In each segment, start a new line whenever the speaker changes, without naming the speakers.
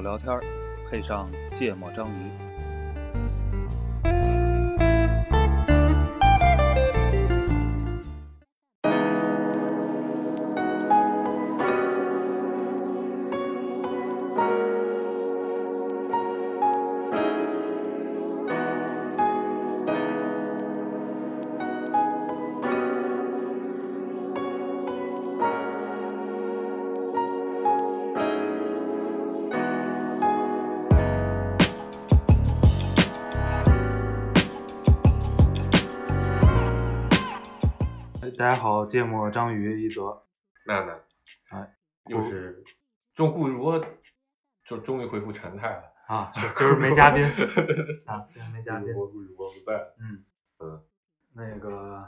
聊天，配上芥末章鱼。
大家好，芥末章鱼一泽，
娜娜，
哎，
又是终顾主播，就终于恢复常态了。
啊，就是没嘉 宾啊，今天没嘉
顾
宾
主，播，顾主播不在，
嗯
嗯，
那个，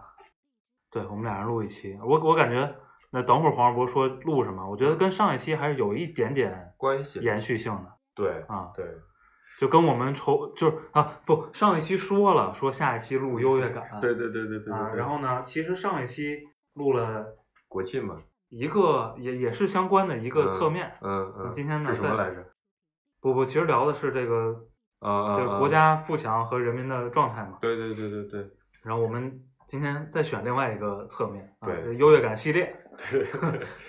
对我们俩人录一期，我我感觉那等会儿黄世博说录什么，我觉得跟上一期还是有一点点
关系
延续性的
对
啊，
对，
就跟我们筹就是啊不上一期说了说下一期录优越感，
对对对对对对。
啊，
对
然后呢，其实上一期录了
国庆嘛，
一个也也是相关的一
一
个侧面，
嗯
那
嗯，
今天呢
是什么
再
来着？
不不，其实聊的是这个
啊啊，
就是
啊
国。家富强和人民的状态嘛。
对对对对 对
然后我们今天再选另外一个侧面，啊
对
这优越感系列，
对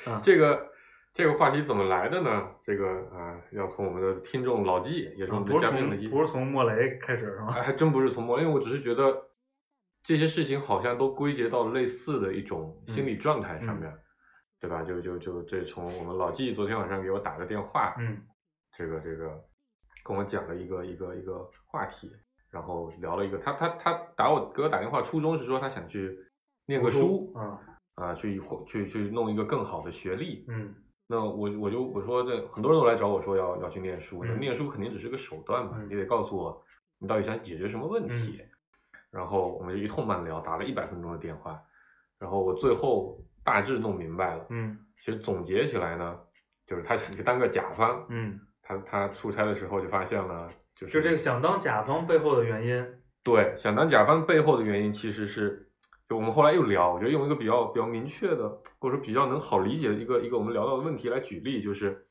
嗯，
这个。这个话题怎么来的呢？这个呃，要从我们的听众老纪，也是我们
不是
的嘉宾老
啊从
纪，
不是从莫雷开始是吗？
哎，还真不是从某，因为我只是觉得这些事情好像都归结到类似的一种心理状态上面，对吧？就就就这从我们老纪昨天晚上给我打个电话，
嗯
这个这个跟我讲了一个一个一个话题，然后聊了一个他他他打我给我打电话，初衷是说他想去念个书
嗯
啊、去去去弄一个更好的学历。
嗯
那我我就我说这很多人都来找我说要要去念书，那
嗯
念书肯定只是个手段嘛，
嗯
你得告诉我你到底想解决什么问题。然后我们就一通慢聊，打了一百分钟的电话，然后我最后大致弄明白了。
嗯
其实总结起来呢，就是他想去当个甲方，
嗯，
他他出差的时候就发现了，就是
就这个想当甲方背后的原因，
对想当甲方背后的原因其实是。就我们后来又聊，我觉得用一个比较比较明确的，或者说比较能好理解的一个一个我们聊到的问题来举例，就是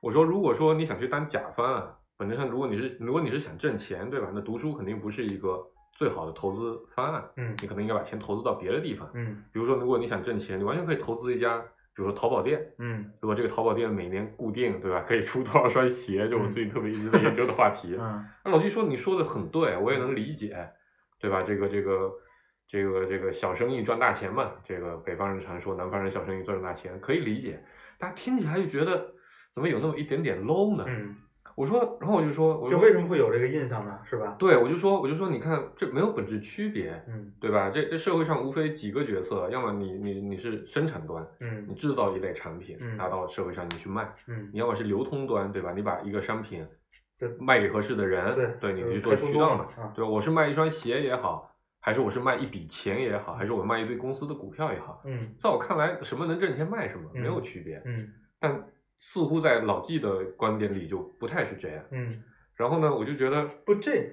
我说，如果说你想去当甲方啊，本质上如果你是如果你是想挣钱，对吧？那读书肯定不是一个最好的投资方案，
嗯
你可能应该把钱投资到别的地方。
嗯
比如说，如果你想挣钱，你完全可以投资一家，比如说淘宝店，
嗯
如果这个淘宝店每年固定，对吧？可以出多少双鞋，就我最近特别一直在研究的话题。
嗯
那老季说你说的很对，我也能理解，对吧？这个这个这个这个小生意赚大钱嘛，这个北方人常说，南方人小生意赚大钱，可以理解。但听起来就觉得怎么有那么一点点 low 呢？
嗯，
我说，然后我就说，我
就
说
为什么会有这个印象呢？是吧？
对，我就说，我就说，你看这没有本质区别，
嗯
对吧？这这社会上无非几个角色，要么你你你是生产端，你
嗯
制造一类产品
嗯
拿到社会上你去卖。
嗯
你要么是流通端，对吧？你把一个商品
对
卖给合适的人，
对
你
就是
去做
开出
渠
租
道
嘛啊
对吧，我是卖一双鞋也好，还是我是卖一笔钱也好，还是我卖一堆公司的股票也好，
嗯
在我看来，什么能挣钱卖什么，没有
嗯
区别。
嗯
但似乎在老纪的观点里就不太是这样。
嗯，
然后呢，我就觉得，
不这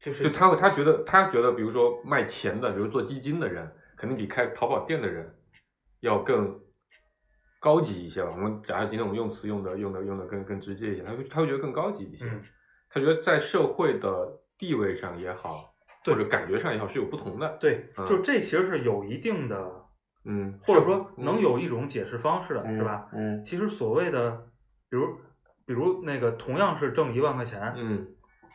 就是
就他会他觉得他觉得，比如说卖钱的，比如做基金的人，肯定比开淘宝店的人要更高级一些吧。我们假设今天我们用词用的用的用的更更直接一些，他会他会觉得更高级一些。
嗯
他觉得在社会的地位上也好，
对
或者感觉上也好是有不同的。
对，
嗯
就这其实是有一定的，
嗯，
或者
是
说能
嗯
有一种解释方式的，
嗯
是吧？
嗯
其实所谓的，比如比如那个同样是挣一万块钱，
嗯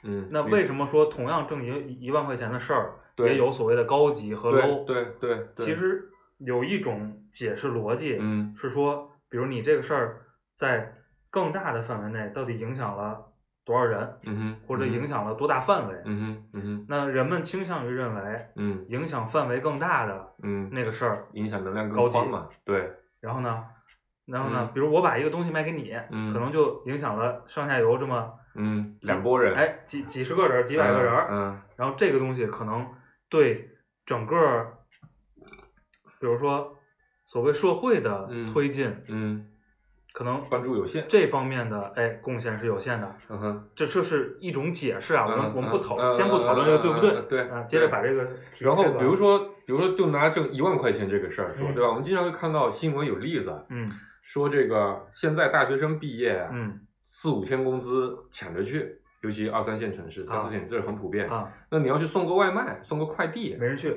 嗯，
那为什么说同样挣一一万块钱的事儿
对
也有所谓的高级和
么
low？
对对对，对
其实有一种解释逻辑
嗯
是说，比如你这个事儿在更大的范围内到底影响了多少人，
嗯哼，
或者
嗯哼
影响了多大范围？
嗯哼嗯哼
那人们倾向于认为
嗯
影响范围更大的
嗯，
那个事儿，
影响能量
高
更
级
宽嘛？对，
然后呢，然后呢，
嗯
比如我把一个东西卖给你，
嗯
可能就影响了上下游这么
嗯，
几
两拨人，
哎，几几十个人儿，几百个人儿，
嗯，
然后这个东西可能对整个儿，比如说所谓社会的
嗯
推进，
嗯
可能
嗯，关注有限，
这方面的哎贡献是有限的。
嗯哼，
这这是一种解释啊，我们
嗯
我们不
嗯
讨
嗯
先不讨论这个对不
嗯嗯嗯对
啊，接着
对
把这个题
然后
这个
哎
啊
比如说，比如说，就拿挣一万块钱这个事儿说，
嗯
对吧？我们经常会看到新闻有例子，
嗯
说这个现在大学生毕业啊，
嗯
四五千工资抢着去，尤其二三线城市、三
啊
四线这是很普遍。
啊，
那你要去送个外卖、送个快递
没，人去，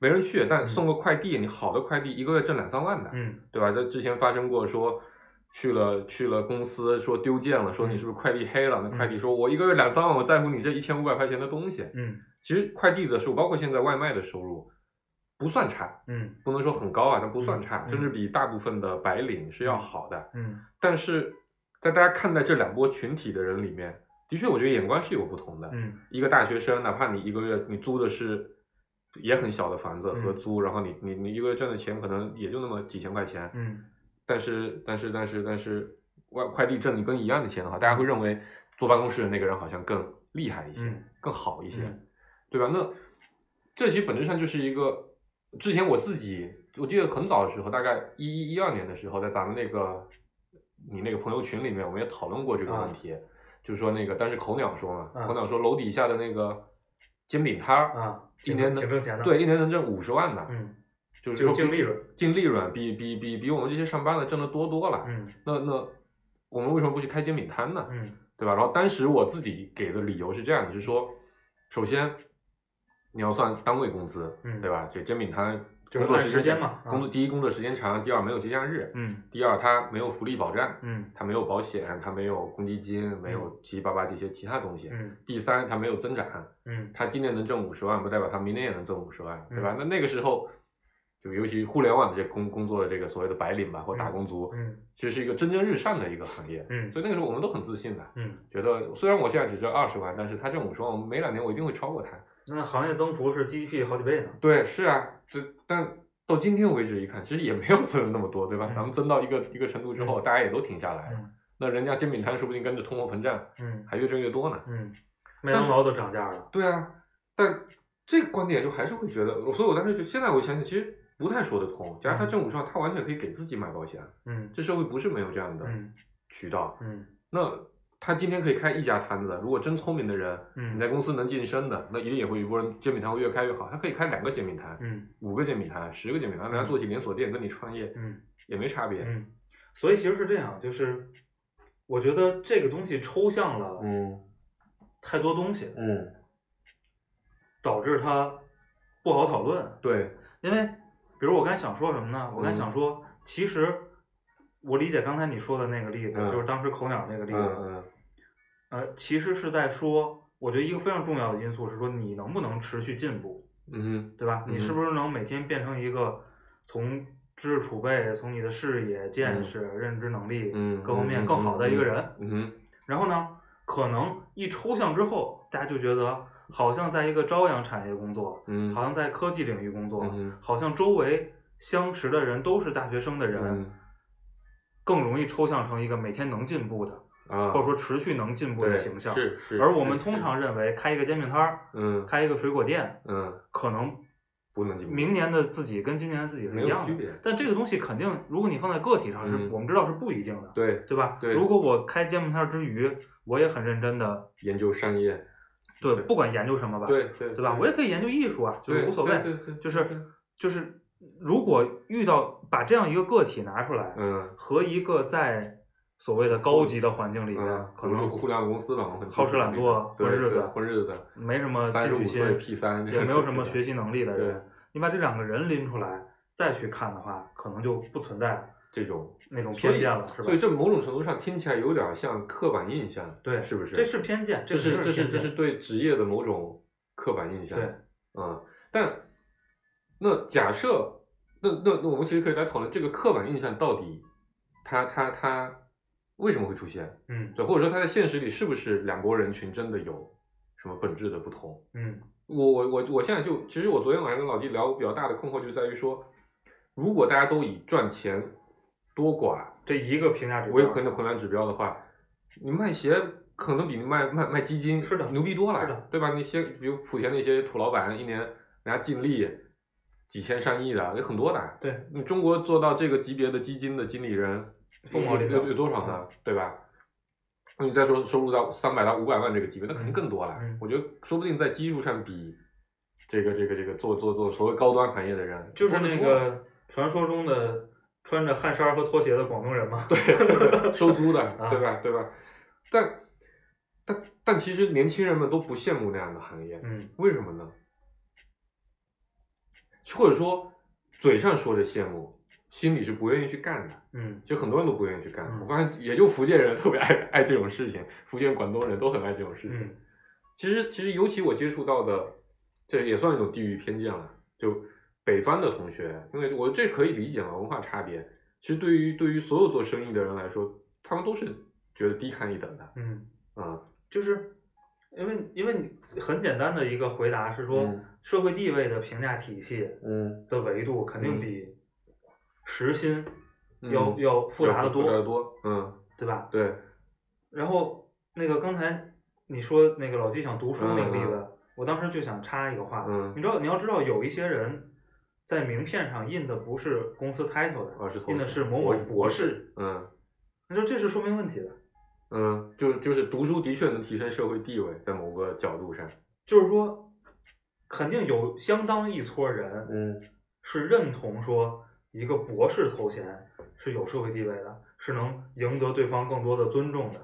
没人去，但
嗯
送个快递，你好的快递一个月挣两三万的，
嗯，
对吧？这之前发生过说。去了去了公司说丢件了，
嗯
说你是不是快递黑了？那快递说，我一个月两三万，我在乎你这一千五百块钱的东西。
嗯
其实快递的收入，包括现在外卖的收入，不算差，
嗯
不能说很高啊，但不算差，
嗯
甚至比大部分的白领是要好的。
嗯
但是在大家看待这两波群体的人里面，的确我觉得眼光是有不同的。
嗯
一个大学生，哪怕你一个月你租的是也很小的房子
嗯
合租，然后你你你一个月挣的钱可能也就那么几千块钱，
嗯
但是但是但是但是外快递挣你跟一样的钱的话，大家会认为坐办公室的那个人好像更厉害一些，
嗯
更好一些，
嗯
对吧？那这其实本质上就是一个，之前我自己我记得很早的时候，大概一一一二年的时候，在咱们那个你那个朋友群里面，我们也讨论过这个
嗯
问题，就是说那个，但是口鸟说嘛，
啊
口鸟说楼底下的那个煎饼摊儿，
啊，
一
挺
年
挺
能
挣钱的，
对，一年能挣五十万呢，
嗯，
就是
就是
说
净
比
利润，
净利润比比比比我们这些上班的挣的多多了，
嗯
那那我们为什么不去开煎饼摊呢？
嗯
对吧？然后当时我自己给的理由是这样的，就是说，首先你要算单位工资，
嗯
对吧？这煎饼摊
就是
工作
按时间
长
嘛啊
工作第一工作时间长，第二没有节假日，
嗯
第二它没有福利保障，
嗯
它没有保险，它没有公积金，没有七七八八这些其他东西。
嗯
第三，它没有增长，
嗯
他今年能挣五十万，不代表他明年也能挣五十万，对吧？
嗯
那那个时候，就尤其互联网这些工工作的这个所谓的白领吧，或
嗯
打工族，
嗯
其实是一个蒸蒸日上的一个行业。
嗯
所以那个时候我们都很自信的，
嗯，
觉得虽然我现在只挣二十万，但是他挣五十万，我没两年我一定会超过他。
那行业增幅是 GDP 好几倍呢，
对，是啊，这但到今天为止一看，其实也没有增那么多，对吧？
嗯
咱们增到一个一个程度之后，
嗯
大家也都停下来了。
嗯
那人家煎饼摊说不定跟着通货膨胀
嗯
还越挣越多呢。
嗯，麦当劳都涨价了，
对啊，但这个观点就还是会觉得，我所以我当时就现在我想想，其实不太说得通。假如他挣五十万，他完全可以给自己买保险，啊
嗯
这社会不是没有这样的
嗯
渠道。
嗯
那他今天可以开一家摊子，如果真聪明的人，
嗯
你在公司能晋升的，那一定也会有一波人煎饼摊会越开越好。他可以开两个煎饼摊，
嗯
五个煎饼摊，十个煎饼摊，人家做起连锁店，跟你创业
嗯。
也没差别。
嗯，所以其实是这样，就是我觉得这个东西抽象了
嗯
太多东西，
嗯，
导致它不好讨论。
对，
因为，比如我刚才想说什么呢？我刚才
嗯
想说，其实我理解刚才你说的那个例子，
嗯
就是当时口鸟那个例
嗯
子，
嗯
呃，其实是在说，我觉得一个非常重要的因素是说你能不能持续进步，
嗯
对吧？你是
嗯
不是能每天变成一个从知识储备、从你的视野、见
嗯
识、认知能力、
嗯，
各方面更好的一个人？
嗯哼。
然后呢，可能一抽象之后，大家就觉得好像在一个朝阳产业工作，
嗯，
好像在科技领域工作，
嗯哼
好像周围相识的人都是大学生的人，
嗯
更容易抽象成一个每天能进步的，
啊，
或者说持续能进步的
对
形象。
是是。
而我
是
们通
是
常认为，开一个煎饼摊儿，
嗯
开一个水果店，
嗯，
可能
不能进步。
明年的自己跟今年的自己是
没
一
有
样
区
的。
别。
但这个东西肯定，如果你放在个体上是，
嗯
我们知道是不一定的，
对，
对吧？
对
如果我开煎饼摊儿之余，我也很认真的
研究商业，
对，
对
不管研究什么吧，
对对
对吧？我也可以研究艺术啊，就是
对
无所
对
谓。
对对
就是
对
就是如果遇到把这样一个个体拿出来，
嗯
和一个在所谓的高级的环境里
嗯
边，，
比
可
如说
能
互联网公司吧，我很
好吃懒做
对
混日
对
子
混日子，
没什么
三
进
十
取
五岁
心，
P 三，
也没有什么学习能力的
对
人，你把这两个人拎出来再去看的话，可能就不存在
这种。
那种
所
偏
以
见了，是吧
所以？这某种程度上听起来有点像刻板印象，
对，
是不是？
这是偏见，
这
是
这是这
偏
是
见
对职业的某种刻板印象。
对，
嗯，但那假设，那那那我们其实可以来讨论这个刻板印象到底它它它为什么会出现，
嗯
对，或者说它在现实里是不是两拨人群真的有什么本质的不同？
嗯
我我我我现在就，其实我昨天晚上跟老弟聊，我比较大的困惑就在于说，如果大家都以赚钱多寡
这一个评价指标，
我有可能衡量指标的话，你卖鞋可能比你卖卖卖基金
是的
牛逼多
是的
了，对吧？那些比如莆田那些土老板，一年人家净利几千上亿的，有很多的。
对，
你中国做到这个级别的基金的经理人，有
凤毛麟角嗯
有有多少呢？对吧？那你再说收入到三百到五百万这个级别，那肯定更多了。
嗯
我觉得说不定在基数上比这个这个这个做做做所谓高端行业的人，
就是
多得
那
多
个传说中的穿着汗衫和拖鞋的广东人嘛。对，
收租的
啊，
对吧？对吧？但但但其实年轻人们都不羡慕那样的行业，
嗯
为什么呢？或者说嘴上说着羡慕，心里是不愿意去干的。
嗯
就很多人都不愿意去干。
嗯
我发现，也就福建人特别爱爱这种事情，福建、广东人都很爱这种事情。
嗯
其实，其实尤其我接触到的，这也算一种地域偏见了。就北方的同学，因为我这可以理解嘛，文化差别。其实对于对于所有做生意的人来说，他们都是觉得低看一等的
嗯，
啊、
就是因为因为你很简单的一个回答是说
嗯，
社会地位的评价体系
嗯，
的维度肯定比时薪
嗯
要、要复杂的
复杂的
多，
多，嗯，
对吧？
对，
然后那个刚才你说那个老纪想读书那个例子，
嗯
我当时就想插一个话，
嗯
你知道你要知道有一些人在名片上印的不是公司 title 的，
啊是头
印的是
衔
某某博士，，
嗯
你说这是说明问题的，
嗯，就就是读书的确能提升社会地位，在某个角度上，
就是说肯定有相当一撮人
嗯
是认同说一个博士头衔是有社会地位的，是能赢得对方更多的尊重的，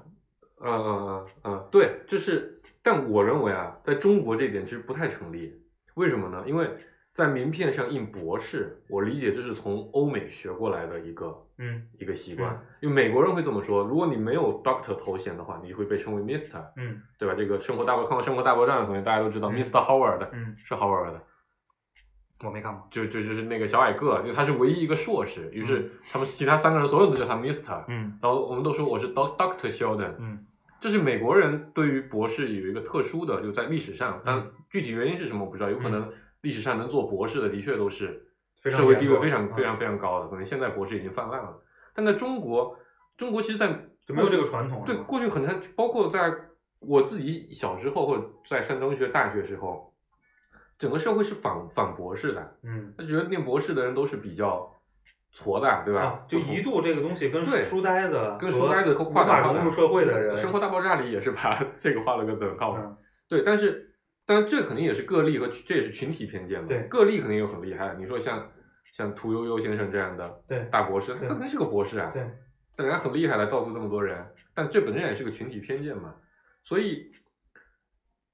嗯嗯嗯嗯，对，就是，但我认为啊，在中国这点其实不太成立。为什么呢？因为在名片上印博士，我理解这是从欧美学过来的一个
嗯
一个习惯。因为美国人会这么说：如果你没有 Doctor 头衔的话，你会被称为 Mister，
嗯
对吧？这个《生活大爆》看过《生活大爆炸》的同学大家都知道、
嗯
m r Howard
嗯，
是 Howard 的，
我没看过，
就就就是那个小矮个，因为他是唯一一个硕士，于是他们其他三个人所有人都叫他 Mister，、
嗯
然后我们都说我是 Doc Doctor Sheldon，
嗯
这是美国人对于博士有一个特殊的，就在历史
嗯
上，但具体原因是什么我不知道，有可能历史上能做博士的的确都是
非常
社会
严
地位
格
非常非
啊
常非常高的，可能现在博士已经泛滥了。但在中国，中国其实在
就没有这个传统，
对，过去很长，包括在我自己小时候或者在上中学、大学时候，整个社会是反反博士的，
嗯。
他觉得念博士的人都是比较矬的，对吧？
啊，就
不同
一度这个东西跟
对
书呆子、
跟书呆子和
无
跨
法
党
融入社会的人，
生活大爆炸》里也是把 这个画了个等号。
嗯
对，但是但是这肯定也是个例和这也是群体偏见嘛。
对
个例肯定有很厉害。你说像像屠呦呦先生这样的
对
大博士，他
对
肯定是个博士啊，
对，
但人家很厉害来造福这么多人，但这本身也是个群体偏见嘛。所以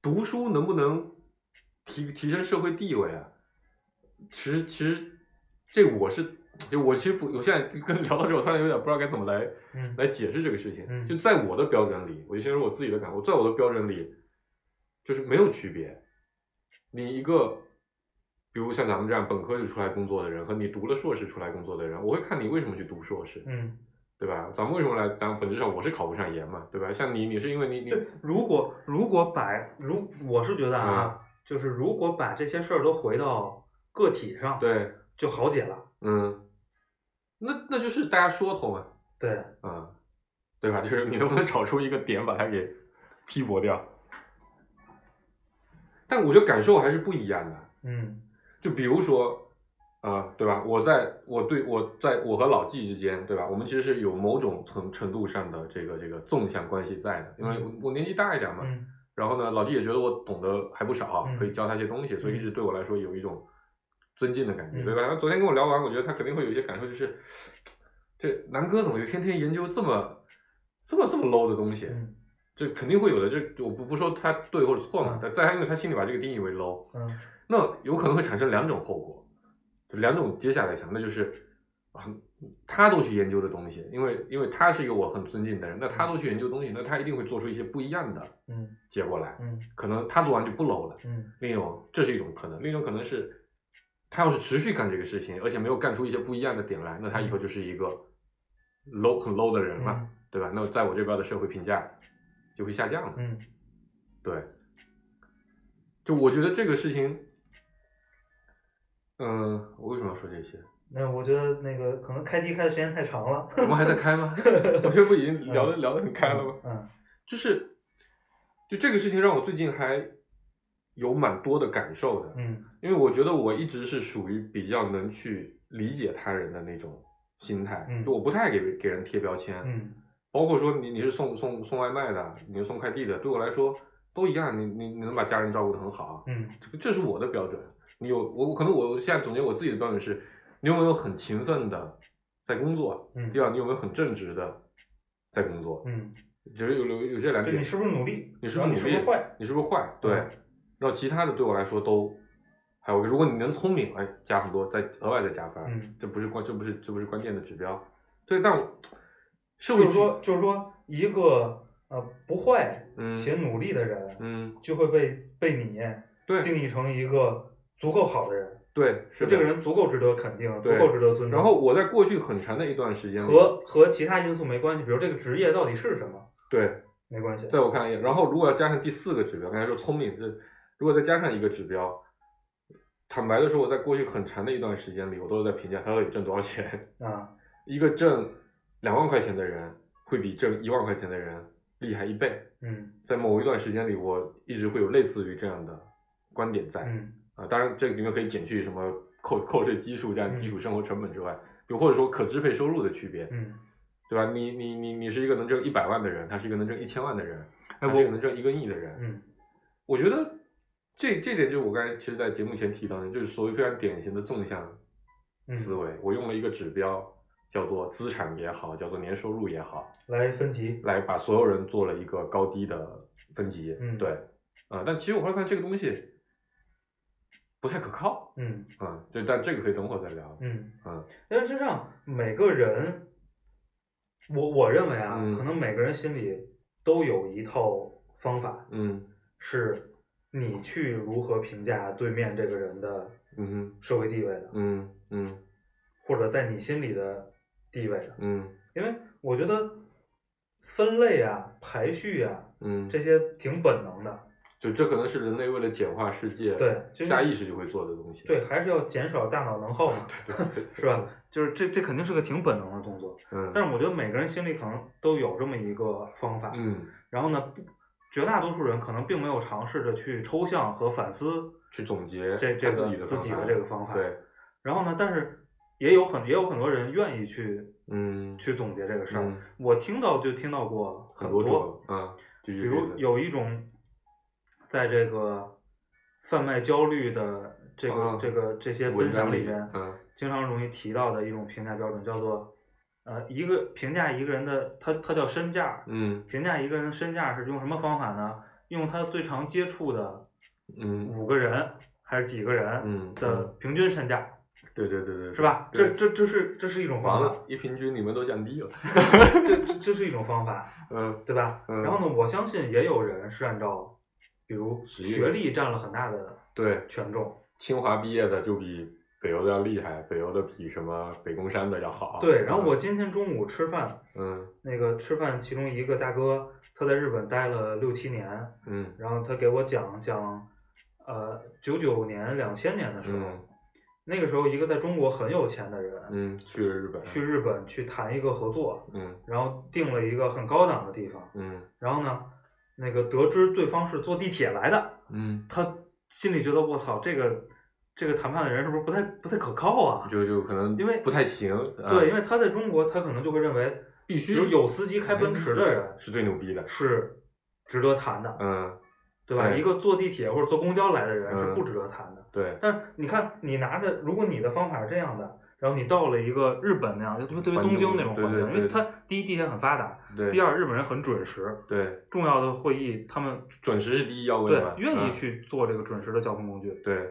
读书能不能提提升社会地位啊？其实其实这我是就我其实不，我现在跟聊到这，我突然有点不知道该怎么来。
嗯，
来解释这个事情。
嗯
就在我的标准里，我就先说我自己的感悟，在我的标准里，就是没有区别。你一个，比如像咱们这样本科就出来工作的人，和你读了硕士出来工作的人，我会看你为什么去读硕士，
嗯，
对吧？咱们为什么来？咱们本质上我是考不上研嘛，对吧？像你，你是因为你你
如果如果把如我是觉得啊，
嗯
就是如果把这些事儿都回到个体上，，
对，
就好解了，
嗯，那那就是大家说头嘛，
对，
啊、对吧？ 就是你能不能找出一个点把它给批驳掉？但我觉得感受还是不一样的。
嗯
就比如说，啊、对吧？我在我对我在我和老纪之间，对吧？我们其实是有某种程程度上的这个这个纵向关系在的，因为我我年纪大一点嘛，
嗯
然后呢，老纪也觉得我懂得还不少，
嗯
可以教他一些东西，所以一直对我来说有一种尊敬的感觉，
嗯
对吧？他昨天跟我聊完，我觉得他肯定会有一些感受，就是这南哥怎么就天天研究这么这么这么 low 的东西？
嗯
这肯定会有的，这我不不说他对或者错
嗯，
嘛但在他因为他心里把这个定义为 low，
嗯
那有可能会产生两种后果，就两种接下来想，那就是啊，他都去研究的东西，因为因为他是一个我很尊敬的人，那他都去研究东西，那他一定会做出一些不一样的
嗯
结果来，
嗯
可能他做完就不 low 了。
嗯
另一种，这是一种可能，另一种可能是，他要是持续干这个事情，而且没有干出一些不一样的点来，那他以后就是一个 low 很 low 的人了，
嗯
对吧？那在我这边的社会评价就会下降了。
嗯，
对，就我觉得这个事情，嗯、我为什么要说这些？
那我觉得那个可能开机开的时间太长了，
我们还在开吗？ 我觉得不已经聊的聊得很开了吗？
嗯
就是，就这个事情让我最近还有蛮多的感受的，
嗯
因为我觉得我一直是属于比较能去理解他人的那种心态，
嗯
就我不太给给人贴标签，
嗯
包括说你你是送送送外卖的，你是送快递的，对我来说都一样，你你你能把家人照顾得很好，
嗯
这个这是我的标准。你有我我可能我现在总结我自己的标准是，你有没有很勤奋的在工作？
嗯
第二，你有没有很正直的在工作？
嗯
只是有有有这两
对
点，
你是不是努力，
你是
然
不
后
是
你
努
是
力，
不是坏，
你是不是坏，对。
嗯
然后其他的对我来说都，还有如果你能聪明，哎，加很多，再额外再加分儿，
嗯，
这不是关，这不是这不是关键的指标。对，但我社
就
会
是说就是说一个呃不坏
嗯
且努力的人，
嗯，
就会被被你
对
定义成一个足够好的人，
对是
就这个
的。
人足够值得肯定，足
对
够值得尊重。
然后我在过去很长的一段时间里
和和其他因素没关系，比如这个职业到底是什么
对，
没关系。
在我看来也，然后如果要加上第四个指标，刚才说聪明是，如果再加上一个指标，坦白的说，我在过去很长的一段时间里，我都是在评价他到底挣多少钱。
啊，
一个挣两万块钱的人，会比挣一万块钱的人厉害一倍。
嗯
在某一段时间里，我一直会有类似于这样的观点在啊、
嗯
当然，这里面可以减去什么扣扣税基数加
嗯
基础生活成本之外，又或者说可支配收入的区别，
嗯
对吧？你你你你是一个能挣一百万的人，他是一个能挣一千万的人，
哎
他是一个能挣一个亿的人。
嗯
我觉得这这点就是我刚才其实，在节目前提到的，就是所谓非常典型的纵向
嗯
思维。我用了一个指标，叫做资产也好，叫做年收入也好，
嗯来分级。
来把所有人做了一个高低的分级。
嗯
对，啊、但其实我后来发现这个东西不太可靠。
嗯
啊、对，但这个可以等会儿再聊。
嗯
嗯，
但是实际上每个人，我我认为啊，
嗯
可能每个人心里都有一套方法，
嗯
是你去如何评价对面这个人的
嗯哼
社会地位的，
嗯嗯
或者在你心里的地位的。
嗯
因为我觉得分类啊、排序啊
嗯，
这些挺本能的，
就这可能是人类为了简化世界，
对就是
下意识就会做的东西。 嗯
对，还是要减少大脑能耗嘛， 是吧？就是这这肯定是个挺本能的动作，
嗯，
但是我觉得每个人心里可能都有这么一个方法，
嗯，
然后呢，不绝大多数人可能并没有尝试着去抽象和反思
去总结
这这
他
个
自己的
自
方
己
法
的这个方法。
对，
然后呢，但是也有很也有很多人愿意去
嗯，
去总结这个事儿。
嗯
我听到就听到过
很
多，
种，嗯，比
比如有一种在这个贩卖焦虑的这个、
啊
这个这些
文
分
章
享
里
里边，
嗯
经常容易提到的一种评价标准叫做。呃，一个评价一个人的，他他叫身价，
嗯
评价一个人的身价是用什么方法呢？用他最常接触的
嗯
五个人还是几个人
嗯
的
嗯
平均身价，
对对对对，
是吧？这
对
这这是这是一种
完
方
了
法，，
一平均你们都降低了，
这这这是一种方法，
嗯
对吧？
嗯
然后呢，我相信也有人是按照，比如
职业
学历占了很大的
对，
权重，
清华毕业的就比北邮的要厉害，北邮的比什么北工山的要好，
对。然后我今天中午吃饭，
嗯
那个吃饭其中一个大哥，他在日本待了六七年，
嗯
然后他给我讲讲，呃，九九年、两千年的时候。
嗯
那个时候，一个在中国很有钱的人、
嗯去了日本，
去日本去谈一个合作，
嗯
然后定了一个很高档的地方，
嗯
然后呢，那个得知对方是坐地铁来的，
嗯，
他心里觉得我操，这个这个谈判的人是不是不太不太可靠啊？
就就可能
因为
不太行，嗯
对，因
为
为他在中国，他可能就会认为，
必
比
须
如
是
有司机开奔驰的人
是最牛逼的，
是值得谈的，
嗯
对吧？
对
一个坐地铁或者坐公交来的人是
嗯
不值得谈的。
对，
但是你看，你拿着，如果你的方法是这样的，然后你到了一个日本那样，就特别
环
东
境
京那种
对
环
对
境，因为
对
它第一地铁很发达，
对
第二日本人很准时，
对
重要的会议他们
准时是第一要位
对
嘛，
愿
嗯
意去做这个准时的交通工具，
对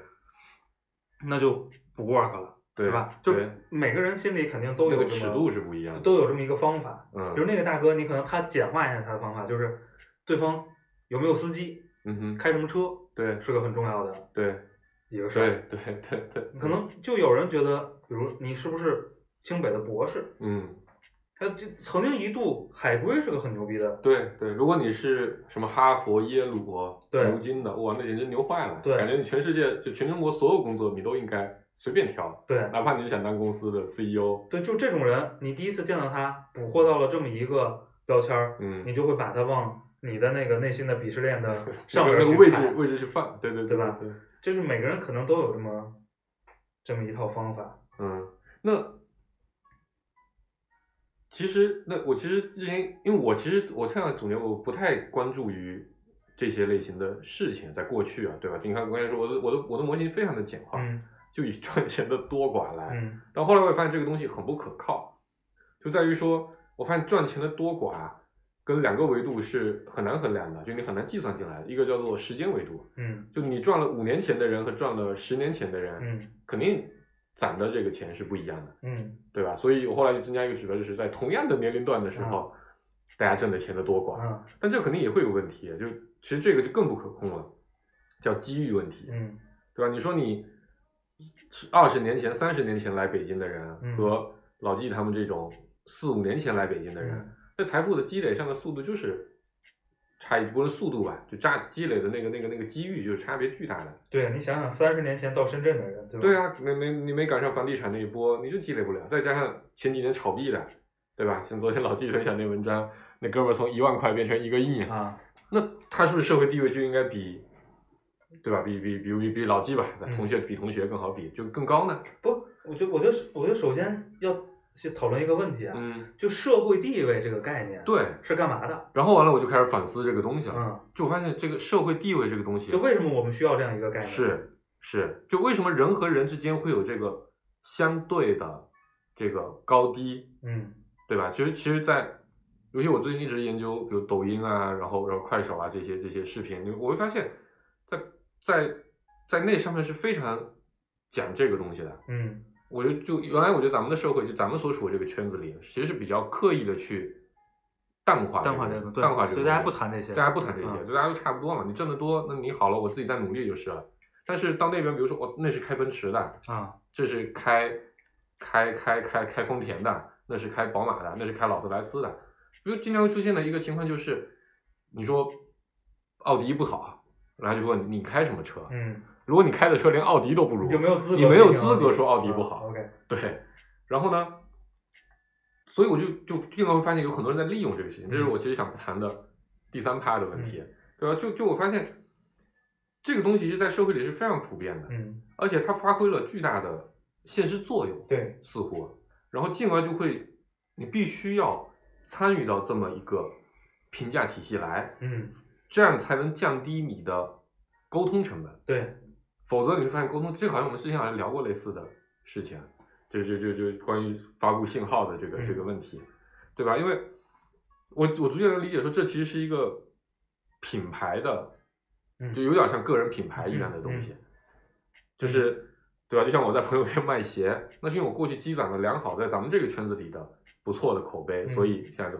那就不 work 了，
对
吧？就
对，
每个人心里肯定都
那
有
个
这
尺
么
度是不一样的，
都有这么一个方法，
嗯，
比如那个大哥，你可能他简化一下他的方法，就是对方有没有司机，
嗯哼，
开什么车
对
是个很重要的
对
一个事儿。
对对对对，
可能就有人觉得，比如你是不是清北的博士？
嗯，
他就曾经一度海归是个很牛逼的，
对对，如果你是什么哈佛、耶鲁、
对
牛津的，哇，那简直牛坏了，
对
感觉你全世界就全中国所有工作你都应该随便挑，
对
哪怕你是想当公司的 E CEO，
对，就这种人，你第一次见到他，捕获到了这么一个标签儿，
嗯，
你就会把他往你的那个内心的鄙视链的上
那
面
个那个
去
位置
看，
位置去放，对对
对吧
对，
就是每个人可能都有这么这么一套方法，
嗯，那其实那我其实之前，因为我其实我这样总结，我不太关注于这些类型的事情，在过去啊，对吧？你看，我跟你说，我的我的我的模型非常的简化，
嗯
就以赚钱的多寡来。
嗯
但后来我也发现这个东西很不可靠，就在于说，我发现赚钱的多寡跟两个维度是很难衡量的，就你很难计算进来的。一个叫做时间维度，
嗯
就你赚了五年前的人和赚了十年前的人，
嗯
肯定攒的这个钱是不一样的，
嗯
对吧？所以我后来就增加一个指标，就是在同样的年龄段的时候，大家挣的钱的多寡。
啊
但这肯定也会有问题，就其实这个就更不可控了，叫机遇问题，
嗯
对吧？你说你二十年前、三十年前来北京的人
嗯
和老纪他们这种四五年前来北京的人，
嗯
在财富的积累上的速度就是差异，不是速度吧，就差积累的那个那个那个机遇就是差别巨大的。
对啊你想想，三十年前到深圳的人，对吧？
对，啊，没没你没赶上房地产那一波，你就积累不了。再加上前几年炒币的，对吧？像昨天老纪分享那文章，那哥们儿从一万块变成一个亿，
啊，
那他是不是社会地位就应该比，对吧？比比比比比老纪吧，
嗯
同学比同学更好比，就更高呢？
不，我觉得我觉得我觉得首先要去讨论一个问题啊，
嗯，
就社会地位这个概念，，
对。
是干嘛的？
然后完了，我就开始反思这个东西了。
嗯，
就我发现这个社会地位这个东西，
就为什么我们需要这样一个概念？，
是是，就为什么人和人之间会有这个相对的这个高低，
嗯
对吧？其实其实在，尤其我最近一直研究，比如抖音啊，然后然后快手啊这些这些视频，我会发现在，在在那上面是非常讲这个东西的。
嗯
我觉得就原来我觉得咱们的社会，就咱们所处的这个圈子里，其实是比较刻意的去淡化
淡化
这
这
个
个，
淡化这个
对，
东西，
大家不谈这些，
大家不谈这些，
嗯
就大家都差不多嘛。你挣得多，那你好了，我自己再努力就是了。但是到那边，比如说哦，那是开奔驰的，
啊，
这是开开开开开丰田的，那是开宝马的，那是开劳斯莱斯的。比如经常会出现的一个情况就是，你说奥迪不好，然后就问你开什么车？
嗯，
如果你开的车连奥迪都不如，
你就没有资格，
你没有资格说奥迪不好。
啊 OK，
对，然后呢，所以我就就经常会发现有很多人在利用这个事情，这是
嗯
我其实想谈的第三趴的问题，对吧？就就我发现这个东西是在社会里是非常普遍的，
嗯，
而且它发挥了巨大的现实作用，
对，
似乎，然后进而就会你必须要参与到这么一个评价体系来，
嗯
这样才能降低你的沟通成本。
对，
否则你会发现沟通，这个好像我们之前好像聊过类似的事情，就就就就关于发布信号的这个、
嗯
这个问题，对吧？因为我我逐渐能理解说，这其实是一个品牌的，
嗯
就有点像个人品牌一样的东西，
嗯
就是对吧？就像我在朋友圈卖鞋，那是因为我过去积攒了良好在咱们这个圈子里的不错的口碑，
嗯
所以现在就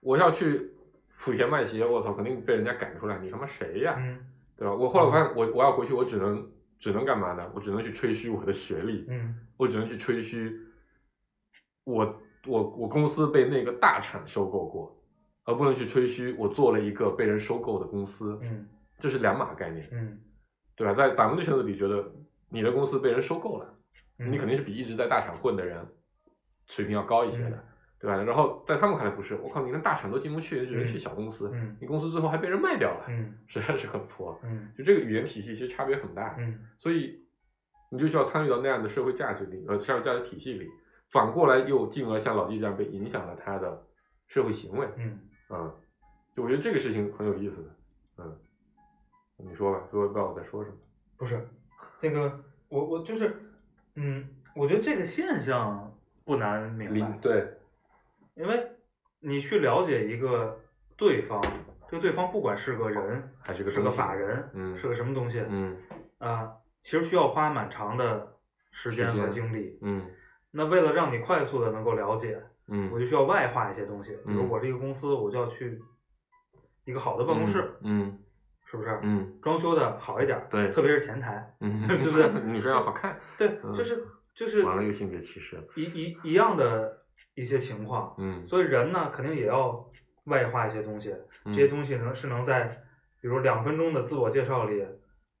我要去莆田卖鞋，我操，肯定被人家赶出来，你他妈谁呀？
嗯
对吧？我后来我发现我，我要回去，我只能只能干嘛呢？我只能去吹嘘我的学历，
嗯
我只能去吹嘘我我我公司被那个大厂收购过，而不能去吹嘘我做了一个被人收购的公司，
嗯
这是两码概念，
嗯，
对吧？在咱们的圈子里，觉得你的公司被人收购了，
嗯
你肯定是比一直在大厂混的人水平要高一些的
嗯，
对吧？然后在他们看来不是，我靠，你连大厂都进不去，你只能去
嗯
小公司，
嗯
你公司最后还被人卖掉了，
嗯
实在是很挫。
嗯
就这个语言体系其实差别很大，
嗯
所以你就需要参与到那样的社会价值里，呃，社会价值体系里，反过来又进而像老纪这样被影响了他的社会行为，
嗯，
嗯，就我觉得这个事情很有意思的，嗯，你说吧，说不知道我在说什么，
不是，这个我我就是，嗯，我觉得这个现象不难明白
零，对，
因为你去了解一个对方，这个对方不管是个人，
还是个
是个
东西
法，人，
嗯
是个什么东西，
嗯
啊，其实需要花蛮长的时间
时
和
间
精力。
嗯
那为了让你快速的能够了解，我
嗯，
就需要外化一些东西。比如
嗯
我是一个公司，我就要去一个好的办公室，
嗯，
是不是？
嗯
装修的好一点儿，
对
特别是前台，
嗯嗯，
对 不对
女生要好看，
对，
嗯
就是就是
完了又性别歧视了，
一一一样的一些情况。
嗯，
所以人呢，肯定也要外化一些东西，这
嗯
些东西能是能在比如两分钟的自我介绍里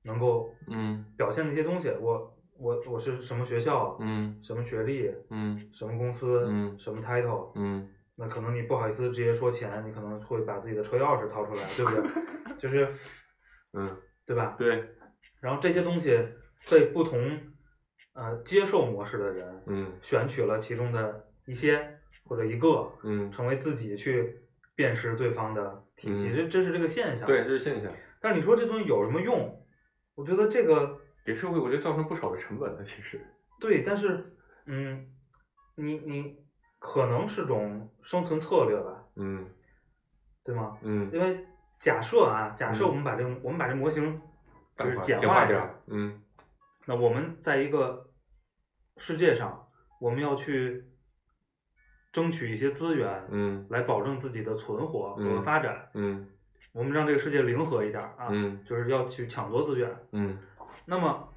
能够
嗯
表现的一些东西。我我我是什么学校，
嗯
什么学历，
嗯
什么公司，
嗯
什么 title，
嗯
那可能你不好意思直接说钱，你可能会把自己的车钥匙掏出来，对不对？ 就是
嗯，
对吧？
对，
然后这些东西被不同呃接受模式的人
嗯
选取了其中的一些或者一个，
嗯，
成为自己去辨识对方的体系，
嗯
这这是这个现象。
对，这是现象。
但是你说这东西有什么用？我觉得这个
给社会我觉得造成不少的成本的，其实，
对，但是嗯，你你可能是种生存策略吧。
嗯
对吗？
嗯，
因为假设啊，假设
嗯
我们把这个、我们把这模型就
淡
是
化
简
简化
一
点
下
儿，，嗯
那我们在一个世界上，我们要去争取一些资源，
嗯
来保证自己的存活和
嗯
发展。
嗯
我们让这个世界零和一点儿啊，
嗯
就是要去抢夺资源。
嗯
那么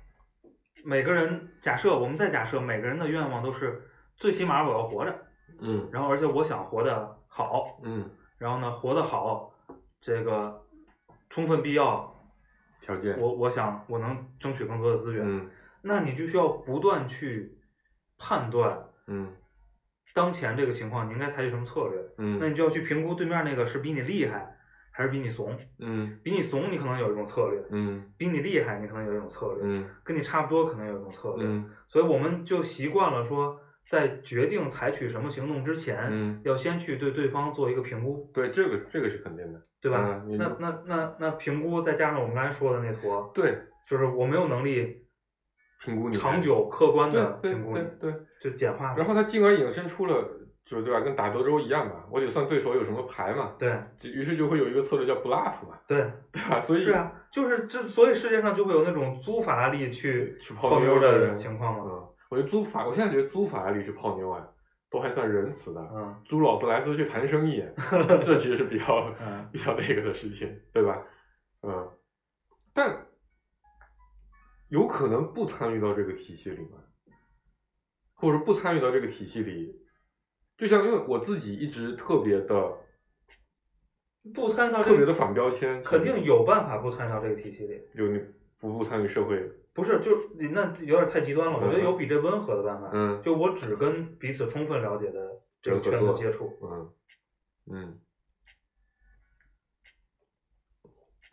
每个人假设，我们再假设每个人的愿望都是最起码我要活着，
嗯
然后而且我想活得好，
嗯，
然后呢活得好，这个充分必要，
条件，
我我想我能争取更多的资源。
嗯
那你就需要不断去判断
嗯
当前这个情况，你应该采取什么策略。那
嗯
你就要去评估对面那个是比你厉害还是比你怂。
嗯
比你怂，你可能有一种策略；
嗯
比你厉害，你可能有一种策略；
嗯
跟你差不多，可能有一种策略。
嗯
所以我们就习惯了说，在决定采取什么行动之前，
嗯，
要先去对对方做一个评估，
对，这个这个是肯定的，
对吧？
嗯你
那那那那评估再加上我们刚才说的那坨，
对，
就是我没有能力
评估你的
长，久客观
对
的
对
评估
对
你，啊
对，
就简化了。
然后它进而引申出了，就是对吧，跟打德州一样嘛，我得算对手有什么牌嘛，
对
就于是就会有一个策略叫 bluff 嘛，
对，
对吧？所以
是啊，就是这，所以世界上就会有那种租法拉利去
去泡
泡
妞的
的
人
情况嘛。
嗯，我觉得租法，我现在觉得租法拉利去泡妞啊，都还算仁慈的。
嗯
租劳斯莱斯去谈生意，这其实是比较
嗯
比较那个的事情，对吧？嗯，但有可能不参与到这个体系里嘛，或者不参与到这个体系里，就像因为我自己一直特别的
不参与到这
特别
个
的反标签，
肯定有办法不参与到这个体系里。
有你不不参与社会，
不是，就是你那有点太极端了。我觉得有比这温和的办法，
嗯
就我只跟彼此充分了解的这个圈
人合
子
作
接触。
嗯嗯，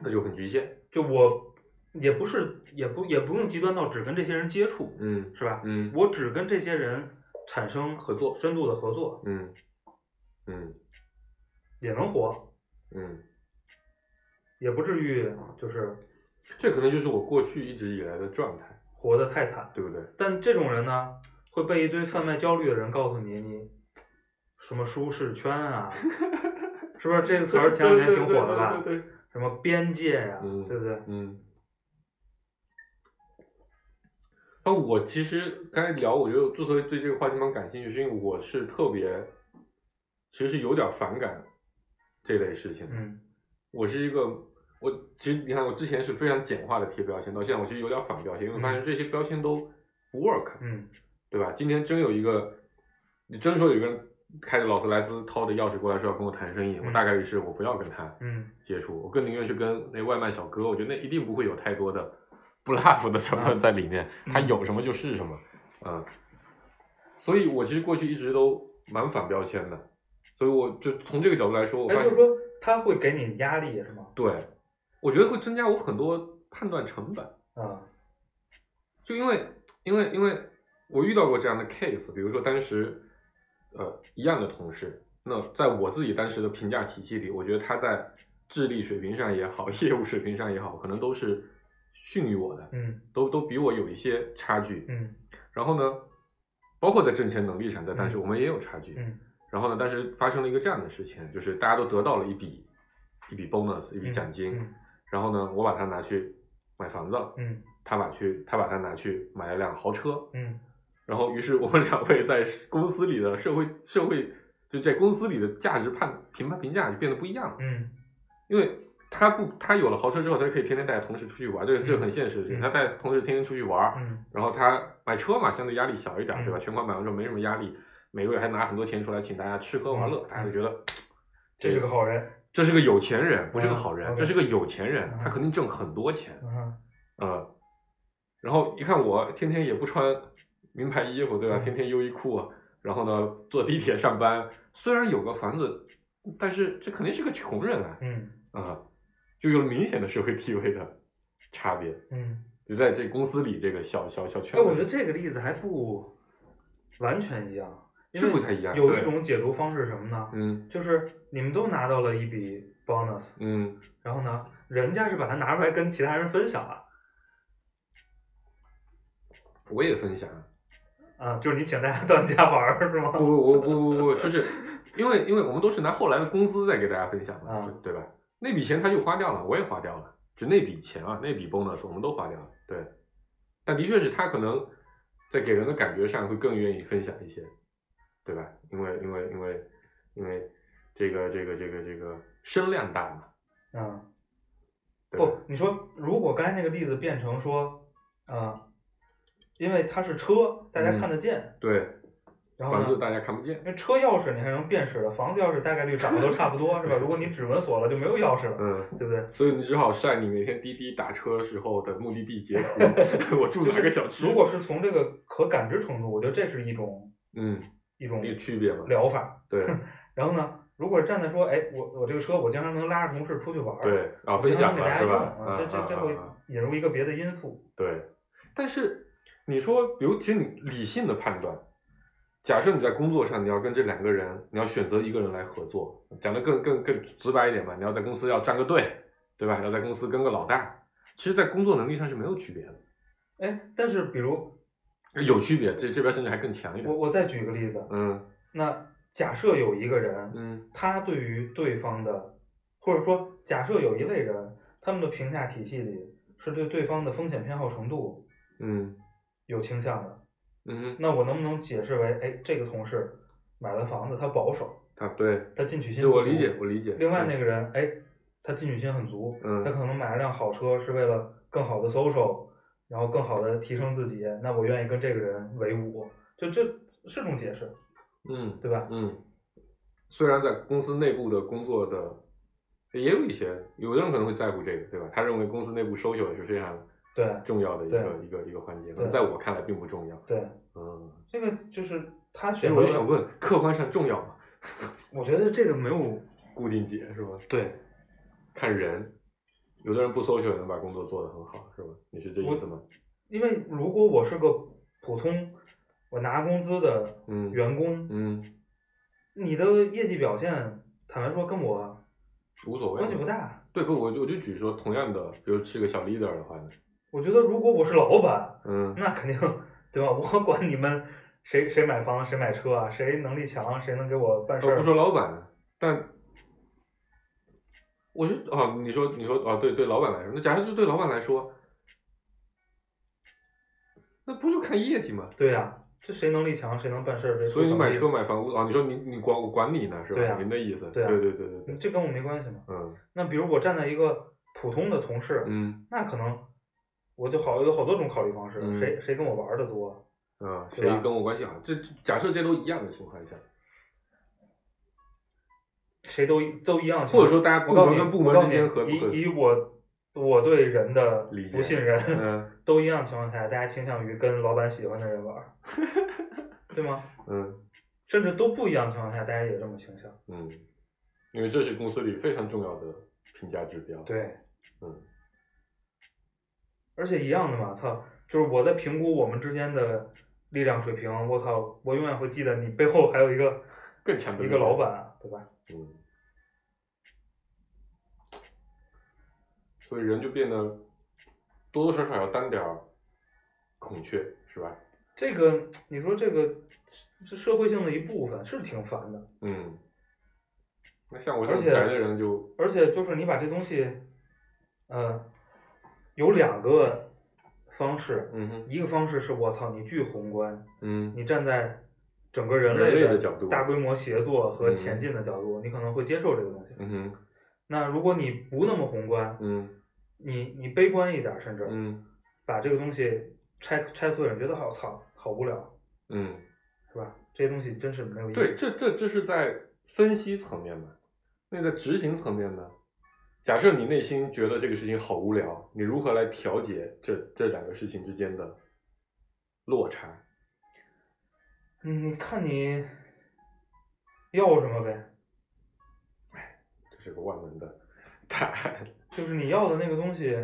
那就很局限，
就我也不是，也不也不用极端到只跟这些人接触，
嗯
是吧？
嗯
我只跟这些人产生
合作
深度的合作，
嗯嗯
也能活，
嗯，
也不至于就是
这可能就是我过去一直以来的状态，
活得太惨。
对不对？
但这种人呢，会被一堆贩卖焦虑的人告诉你，你什么舒适圈啊， 是不是这个词儿前两年挺火的吧？
对对对对对
什么边界呀、
嗯
对不对？
嗯。那我其实刚才聊，我觉得之所以对这个话题蛮感兴趣，是因为我是特别，其实是有点反感这类事情的。
嗯
我是一个，我其实你看，我之前是非常简化的贴标签，到现在我其实有点反标签，因为我发现这些标签都不 work，、
嗯
对吧？今天真有一个，你真说有一个人开着劳斯莱斯掏着钥匙过来说要跟我谈生意，我
嗯
大概率是我不要跟他。
嗯，
接触，我更宁愿去跟那外卖小哥，我觉得那一定不会有太多的 bluff 的成分在里面，
嗯
他有什么就是什么，嗯，所以我其实过去一直都蛮反标签的，所以我就从这个角度来说，我
哎，
发
就
现
是说他会给你压力是吗？
对，我觉得会增加我很多判断成本，
啊，
就因为因为因为我遇到过这样的 case，比如说当时呃一样的同事，那在我自己当时的评价体系里，我觉得他在智力水平上也好， 业务水平上也好，可能都是逊于我的，
嗯
都都比我有一些差距。
嗯
然后呢，包括在挣钱能力上，在当时
嗯
我们也有差距。
嗯
然后呢，但是发生了一个这样的事情，就是大家都得到了一笔一笔 bonus，一笔
嗯
奖金。
嗯
然后呢，我把它拿去买房子了，
嗯
他把去他把它拿去买了辆豪车。
嗯
然后，于是我们两位在公司里的社会社会就在公司里的价值判评判评价就变得不一样了，
嗯
因为他不他有了豪车之后，他就可以天天带着同事出去玩，这个这个很现实的事情。
嗯
他带同事天天出去玩，
嗯
然后他买车嘛，相对压力小一点，对吧？
嗯
全款买完之后没什么压力，每个月还拿很多钱出来请大家吃喝玩乐，
嗯
大家就觉得
这是个好人。
这是个有钱人，不是个好人，
嗯
这是个有钱人，
嗯
他肯定挣很多钱，
嗯
呃，然后一看我天天也不穿名牌衣服，对吧？
嗯
天天优衣库啊，然后呢坐地铁上班，虽然有个房子，但是这肯定是个穷人啊，
嗯
啊、就有了明显的社会地位的差别，
嗯，
就在这公司里这个小小小
哎，
圈子里，
我觉得这个例子还不完全一样，因
是
为
不太一样，
有
对
一种解读方式是什么呢？
嗯
就是你们都拿到了一笔 bonus，
嗯
然后呢，人家是把它拿出来跟其他人分享了。
我也分享，
啊啊，就是你请大家到你家玩儿是吗？
不不不不不不，就是因为因为我们都是拿后来的工资再给大家分享的，
嗯
对对吧？那笔钱他就花掉了，我也花掉了，就那笔钱啊，那笔 bonus 我们都花掉了，对。但的确是他可能在给人的感觉上会更愿意分享一些，对吧？因为因为因为因为这个这个这个这个声量大嘛，
嗯。
对吧
不，你说如果刚才那个例子变成说，啊、因为它是车，大家看得见，
对，
然后
嗯房子
呢，
大家看不见，
那车钥匙你还能辨识的，房子钥匙大概率长得都差不多， 是吧？如果你指纹锁了，就没有钥匙了，
嗯。
对不对？
所以你只好晒你每天滴滴打车时候的目的地截 图，我住哪个小区？
如果是从这个可感知程度，我觉得这是一种
嗯，
一种
那个区别嘛，
疗法。
对
然后呢，如果站在说，哎，我我这个车，我经常能拉着同事出去玩儿，
对，啊，
我
分
经常
享
给大
了
家
是
用，
吧？
啊这这这会
啊啊啊
引入一个别的因素，
对，但是你说，比如其实你理性的判断，假设你在工作上你要跟这两个人，你要选择一个人来合作，讲的更更更直白一点嘛，你要在公司要站个队，对吧？要在公司跟个老大，其实，在工作能力上是没有区别的，
哎，但是比如
有区别，这这边甚至还更强一
我
点。
我再举个例子，
嗯
那假设有一个人，
嗯
他对于对方的，或者说假设有一类人，他们的评价体系里是对对方的风险偏好程度
嗯
有倾向的，
嗯哼，
那我能不能解释为，哎，这个同事买了房子，他保守，
他啊对，
他进取心
对
不足
我理解，我理解。
另外那
嗯
个人，哎，他进取心很足，
嗯
他可能买了辆好车是为了更好的 social，然后更好的提升自己，那我愿意跟这个人为伍，就这是种解释，
嗯
对吧？
嗯，虽然在公司内部的工作的也有一些，有的人可能会在乎这个，对吧？他认为公司内部 social 是非常
对
重要的一个
对
一个一个环节，可能
对
在我看来并不重要。
对，
嗯，
这个就是他
所
选
以
择
我
了
就想问，客观上重要吗？
我觉得这个没有
固定解是吧？
对，
看人，有的人不 social 也能把工作做得很好，是吧？你是这意思吗？
因为如果我是个普通，我拿工资的
嗯
员工，
嗯，
你的业绩表现，坦白说跟我
无所谓。
关系不。大。
对，不，我就我就举说同样的，比如是个小 leader 的话呢，
我觉得如果我是老板，
嗯
那肯定对吧？我管你们谁谁买房谁买车啊，谁能力强谁能给我办事
呃，
儿
不。说老板，但我觉得啊，你说你说啊，对对，老板来说，那假设就对老板来说，那不就看业绩吗？
对呀、啊这谁能力强谁能办事儿，谁
所以你
出成
买
绩
车，买房啊，你说你你管我管你呢是吧？
对啊
您的意思，
对啊
对对对对对，
这跟我没关系嘛。
嗯
那比如我站在一个普通的同事，
嗯
那可能我就好有好多种考虑方式，
嗯
谁谁跟我玩儿的多，
啊，谁
对吧
跟我关系好？这假设这都一样的情况下，
谁都都一样。
或者说大家部
我告诉
门
你，
跟部
我
门
告
之
诉
间
你
合不合
以以我我对人的
理解
不信任
嗯
都一样的情况下，大家倾向于跟老板喜欢的人玩 儿，对吗？
嗯
甚至都不一样的情况下，大家也这么倾向。
嗯，因为这是公司里非常重要的评价指标。，
对，
嗯
而且一样的嘛，操，就是我在评估我们之间的力量水平，我操，我永远会记得你背后还有一个
更强的
一个老
力量
板， 对吧？
嗯，所以人就变得多多少少要担点儿孔雀，是吧？
这个你说这个是社会性的一部分，是挺烦的。
嗯，那像我这种
而且
宅的人就，
而且就是你把这东西，呃，有两个方式，
嗯哼，
一个方式是我操你巨宏观，
嗯
你站在整个人
人类
类
的角度
大规模协作和
嗯
前进的角度，你可能会接受这个东西。
嗯哼，
那如果你不那么宏观，
嗯
你你悲观一点儿，甚至、
嗯
把这个东西拆拆碎了，你觉得好操好无聊，
嗯，
是吧？这些东西真是没有意义。
对，这这这是在分析层面嘛，那在执行层面呢？假设你内心觉得这个事情好无聊，你如何来调节这这两个事情之间的落差？
嗯，你看你要什么呗，
这是个万能的答案。
就是你要的那个东西，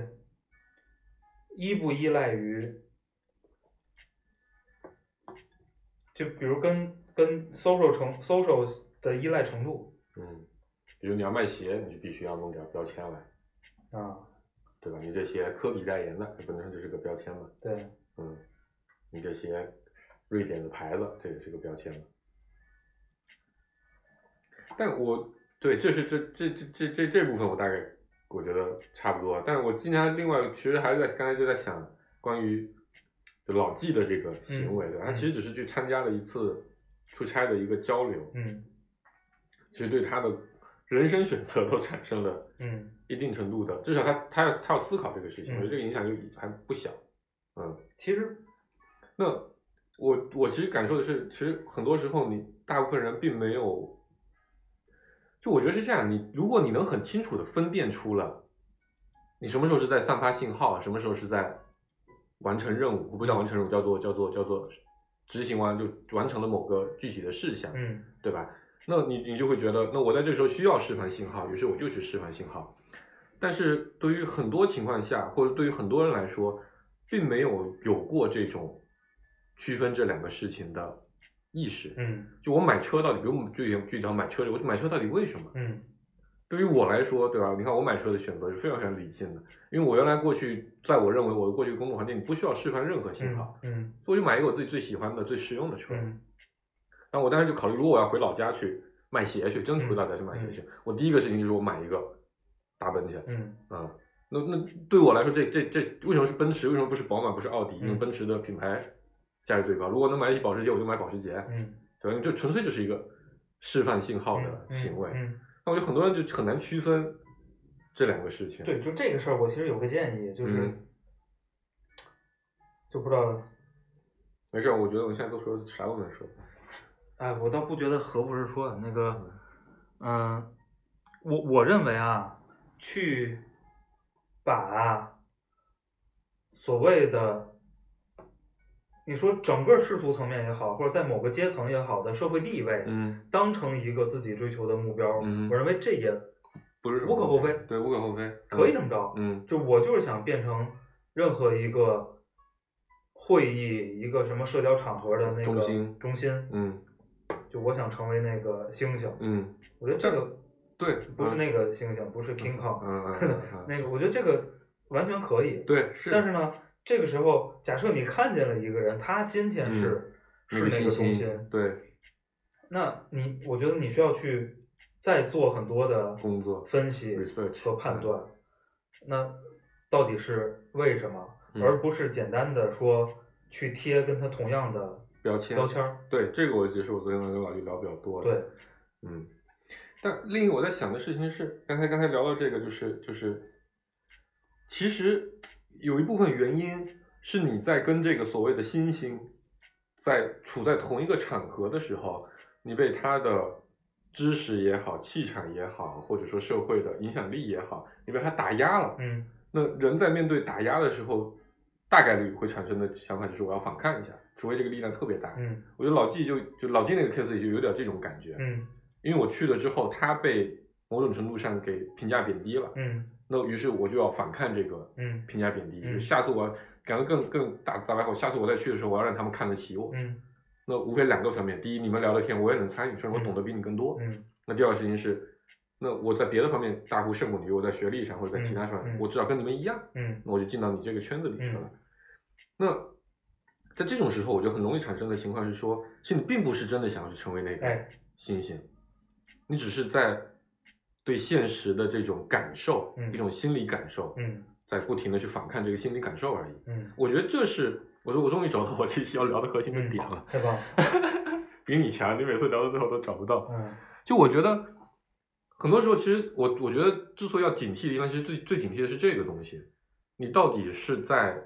依不依赖于，就比如跟跟 social 程 social 的依赖程度
嗯，比如你要卖鞋，你就必须要弄点标签来，
啊，
对吧？你这鞋科比代言的，这本身就是个标签嘛。
对，
嗯，你这鞋瑞典的牌子，这也是个标签嘛。但我对这是这这这这这这部分我大概我觉得差不多，啊但我今天另外其实还是在刚才就在想关于就老纪的这个行为，对吧？他其实只是去参加了一次出差的一个交流，
嗯
其实对他的人生选择都产生了
嗯
一定程度的，至少他他要他要思考这个事情，
嗯
我觉得这个影响就还不小。嗯，
其实
那我我其实感受的是，其实很多时候你大部分人并没有，就我觉得是这样，你如果你能很清楚的分辨出了，你什么时候是在散发信号，什么时候是在完成任务，不叫完成任务，叫做叫做叫做执行完就完成了某个具体的事项，
嗯
对吧？那你你就会觉得，那我在这个时候需要释放信号，于是我就去释放信号。但是对于很多情况下，或者对于很多人来说，并没有有过这种区分这两个事情的意识。
嗯
就我买车到底，比如我们具体具体到买车，我买车到底为什么？
嗯
对于我来说，对吧？你看我买车的选择是非常非常理性的，因为我原来过去，在我认为我的过去工作环境，你不需要释放任何信号，
嗯嗯
所以我就买一个我自己最喜欢的、最实用的车。
嗯
然后我当时就考虑，如果我要回老家去卖鞋去，真
嗯
的回老家去卖鞋去，我第一个事情就是我买一个大奔去，
嗯
啊、那那对我来说，这这这为什么是奔驰？为什么不是宝马？不是奥迪？因为
嗯
奔驰的品牌价值最高。如果能买得起保时捷，我就买保时捷，
嗯
对吧？就纯粹就是一个示范信号的行为。
嗯嗯
那我觉得很多人就很难区分这两个事情。
对，就这个事儿，我其实有个建议，就是、
嗯
就不知道，
没事，我觉得我们现在都说啥都能说。
哎，我倒不觉得合不是说那个，嗯、我我认为啊，去把所谓的你说整个世俗层面也好，或者在某个阶层也好的社会地位，
嗯，
当成一个自己追求的目标，
嗯
我认为这也
不是
无可厚非
对，无可厚非。
可以这么着。
嗯
就我就是想变成任何一个会议、一个什么社交场合的那个
中心
中心
嗯
就我想成为那个星星。
嗯，
我觉得这个
对，
不是
嗯
那个星星，不是 King Kong，、
嗯嗯嗯 嗯
那个我觉得这个完全可以。
对，是，
但是呢，这个时候假设你看见了一个人，他今天是、
嗯那个
是那
信
个中
息
心，
对
那你我觉得你需要去再做很多的
工作
分析
research
和判断，那到底是为什么，
嗯
而不是简单的说去贴跟他同样的
标签，
标签儿。
对这个我也是我昨天跟老弟聊比较多的，
对，
嗯，但另一个我在想的事情是，刚才刚才聊到这个就是就是，其实有一部分原因是你在跟这个所谓的新星在处在同一个场合的时候，你被他的知识也好、气场也好，或者说社会的影响力也好，你被他打压了，
嗯
那人在面对打压的时候，大概率会产生的想法就是我要反抗一下，除非这个力量特别大。
嗯
我觉得老纪就就老纪那个 case 里就有点这种感觉，
嗯
因为我去了之后，他被某种程度上给评价贬低了，
嗯
那于是我就要反抗这个
嗯
评价贬低，
嗯
下次我要感觉更更打打白口，下次我再去的时候，我要让他们看得起我。
嗯
那无非两个层面，第一，你们聊的天我也能参与，虽然我
嗯
懂得比你更多。
嗯
那第二个事情是，那我在别的方面大幅胜过你，我在学历上或者在其他上，
嗯嗯
我至少跟你们一样。
嗯
那我就进到你这个圈子里去了。
嗯
那在这种时候，我觉得很容易产生的情况是说，是你并不是真的想要去成为那个
哎
星星，你只是在对现实的这种感受，
嗯
一种心理感受，
嗯
在不停的去反抗这个心理感受而已。
嗯，
我觉得这是，我说我终于找到我这期要聊的核心的
嗯
点了，
太棒了。
比你强，你每次聊到最后都找不到。
嗯
就我觉得，很多时候其实我我觉得之所以要警惕的地方，其实最最警惕的是这个东西，你到底是在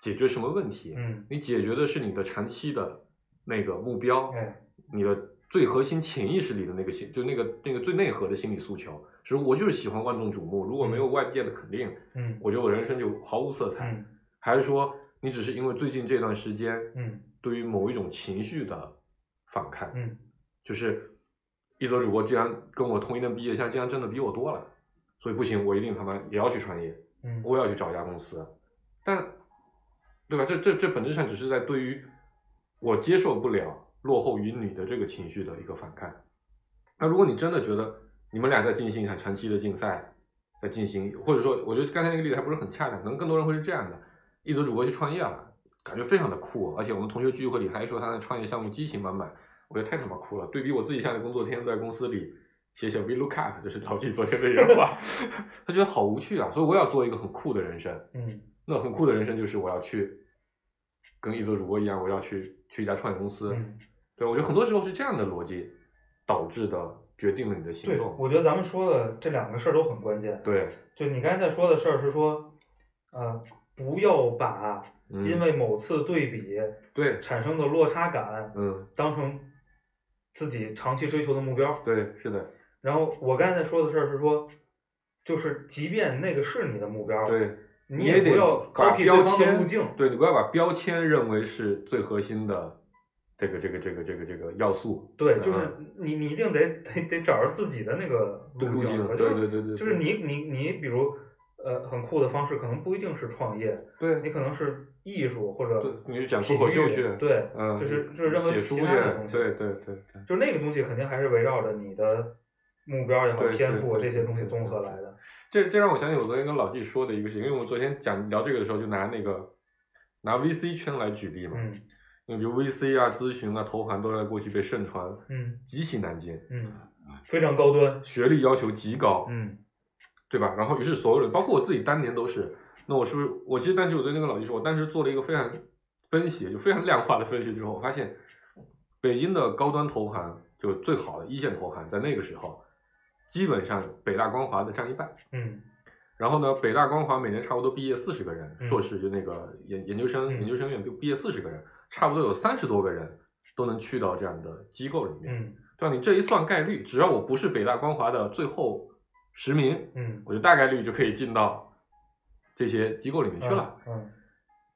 解决什么问题？
嗯，
你解决的是你的长期的那个目标，
哎，
你的最核心潜意识里的那个心，就那个那个最内核的心理诉求，就是我就是喜欢万众瞩目，如果没有外界的肯定，
嗯
我觉得我人生就毫无色彩。
嗯
还是说你只是因为最近这段时间
嗯
对于某一种情绪的反抗？
嗯
就是一则主播竟然跟我同一年毕业，现在竟然真的比我多了，所以不行，我一定他妈也要去创业，
嗯，
我也要去找一家公司，但对吧？这这这本质上只是在对于我接受不了落后于你的这个情绪的一个反抗。那如果你真的觉得你们俩在进行一场长期的竞赛，在进行，或者说，我觉得刚才那个例子还不是很恰当，可能更多人会是这样的：一则主播去创业了，感觉非常的酷，啊而且我们同学聚会里还说他的创业项目激情满满，我觉得太他妈酷了。对比我自己现在的工作，天天在公司里写写 we look up，就是 老纪昨天的原话， 他觉得好无趣啊，所以我也要做一个很酷的人生。
嗯
那很酷的人生就是我要去跟一则主播一样，我要去去一家创业公司。
嗯，
对，我觉得很多时候是这样的逻辑导致的，决定了你的行
对，
动。
我觉得咱们说的这两个事儿都很关键。
对，
就你刚才在说的事儿是说，呃，不要把
嗯、
因为某次对比
对，
产生的落差感
嗯，
当成自己长期追求的目标。
对，是的，
然后我刚才在说的事儿是说，就是即便那个是你的目标，
对，
啊你
也
也
得
不要
把
copy
标
对方的
签
路径。
对，你不要把标签认为是最核心的这个这个这个这个这个要素
对，就是
嗯
你你一定得得得找着自己的那个
路
径
径。
了，就
对
是
对对对，
就是
对
你你你，比如呃，很酷的方式可能不一定是创业，你
对，
可能是艺术或
对
者
你是讲
体
脱口秀
育
去，
对，
嗯，
就是就是任何
写书
其他
也
的东，西，
对对对对，
就那个东西肯定还是围绕着你的目标也好、
对
天
对
赋
对
这些
对
东西
对
综
对
合
对
来的。
这这让我想起我昨天跟老纪说的一个事情，因为我昨天讲聊这个的时候就拿那个拿 VC 圈来举例嘛，
嗯
因为比如 VC 啊、咨询啊、投行都在过去被盛传
嗯
极其难进，
嗯，
啊
非常高端。
学历要求极高，
嗯
对吧？然后于是所有人，包括我自己当年都是，那我是不是我其实当时我对那个老纪说，我当时做了一个非常分析，就非常量化的分析之后，我发现北京的高端投行就最好的一线投行，在那个时候基本上北大光华的占一半。
嗯
然后呢，北大光华每年差不多毕业四十个人，
嗯
硕士就那个研研究生、
嗯
研究生院毕毕业四十个人，差不多有三十多个人都能去到这样的机构里面。
嗯
对啊吧？你这一算概率，只要我不是北大光华的最后十名，
嗯，
我就大概率就可以进到这些机构里面去了，
嗯。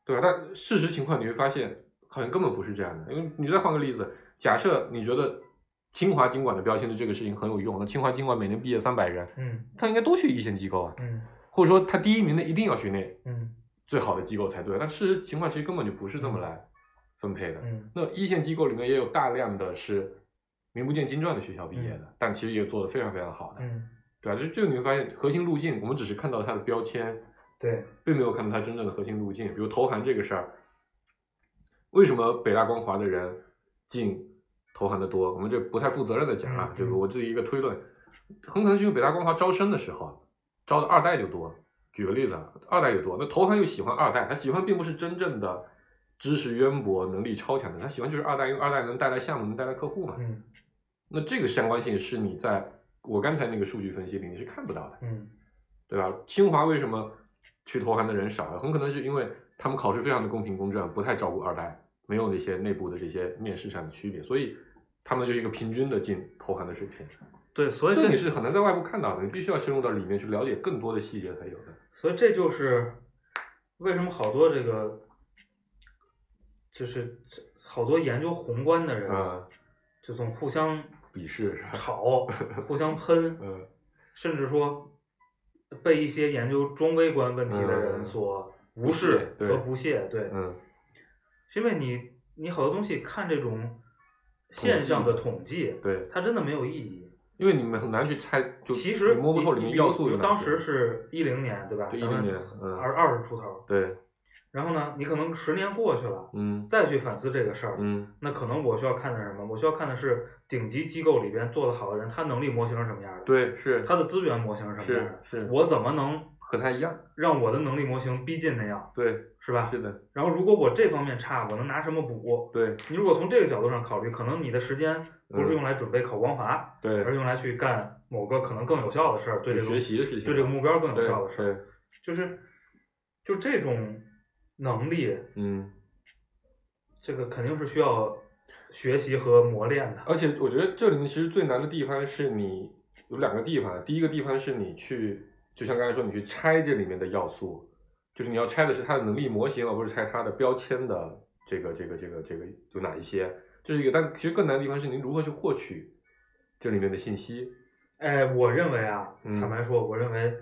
对吧？但事实情况你会发现，好像根本不是这样的。因为你再换个例子，假设你觉得清华经管的标签对这个事情很有用，那清华经管每年毕业三百人，
嗯
他应该都去一线机构啊，
嗯
或者说他第一名的一定要去那
嗯嗯
最好的机构才对。但事实情况其实根本就不是这么来分配的。
嗯
那一线机构里面也有大量的是名不见经传的学校毕业的，但其实也做得非常非常好的，
嗯，
对啊吧？就就你会发现核心路径，我们只是看到它的标签，
对，
并没有看到它真正的核心路径。比如投行这个事儿，为什么北大光华的人进投行的多？我们这不太负责任的讲啊
嗯，
这个
嗯
我自己一个推论，很可能是因为北大光华招生的时候招的二代就多。举个例子啊，二代就多，那投行又喜欢二代，他喜欢并不是真正的知识渊博、能力超强的，他喜欢就是二代，因为二代能带来项目，能带来客户嘛。
嗯
那这个相关性是你在我刚才那个数据分析里你是看不到的。
嗯
对吧？清华为什么去投行的人少呀？很可能是因为他们考试非常的公平公正，不太照顾二代，没有那些内部的这些面试上的区别，所以他们就是一个平均的进投行的水平。
对，所以
这
这
你是很难在外部看到的，你必须要深入到里面去了解更多的细节才有的。
所以这就是为什么好多这个就是好多研究宏观的人，
啊，
就总互相
笔试 是吧？
吵、互相喷，
嗯
甚至说被一些研究中微观问题的人
嗯
所
不
无
屑
视
对
和不屑。对，
嗯，
是因为你你好多东西看这种现象的统计，
对，
它真的没有意义。
因为你们很难去猜，就
其实
你摸不透里
你
面
你
要素
比如
有哪
当
些
时是一零年对吧？
对一
咱
零
们
年，嗯，
二二十出头。
对，
然后呢，你可能十年过去了，
嗯
再去反思这个事儿，
嗯
那可能我需要看的是什么？我需要看的是顶级机构里边做得好的人，他能力模型是什么样的？，
对是
他的资源模型是什么样
是
的？
是，
我怎么能
和他一样，
让我的能力模型逼近那样，
对
是吧？
是的，
然后如果我这方面差，我能拿什么补？
对
你如果从这个角度上考虑，可能你的时间不是用来准备考光华，
嗯对
而，用来去干某个可能更有效的事儿，对这
就
个
学习的事情，啊
对这个目标更有效的
对
事儿，
对，
就是就这种能力，
嗯，
这个肯定是需要学习和磨练的。
而且我觉得这里面其实最难的地方是你有两个地方，第一个地方是你去，就像刚才说，你去拆这里面的要素，就是你要拆的是它的能力模型，而不是拆它的标签的这个这个这个这个有哪一些，这是一个。但其实更难的地方是您如何去获取这里面的信息。
哎，我认为啊，
嗯
坦白说，我认为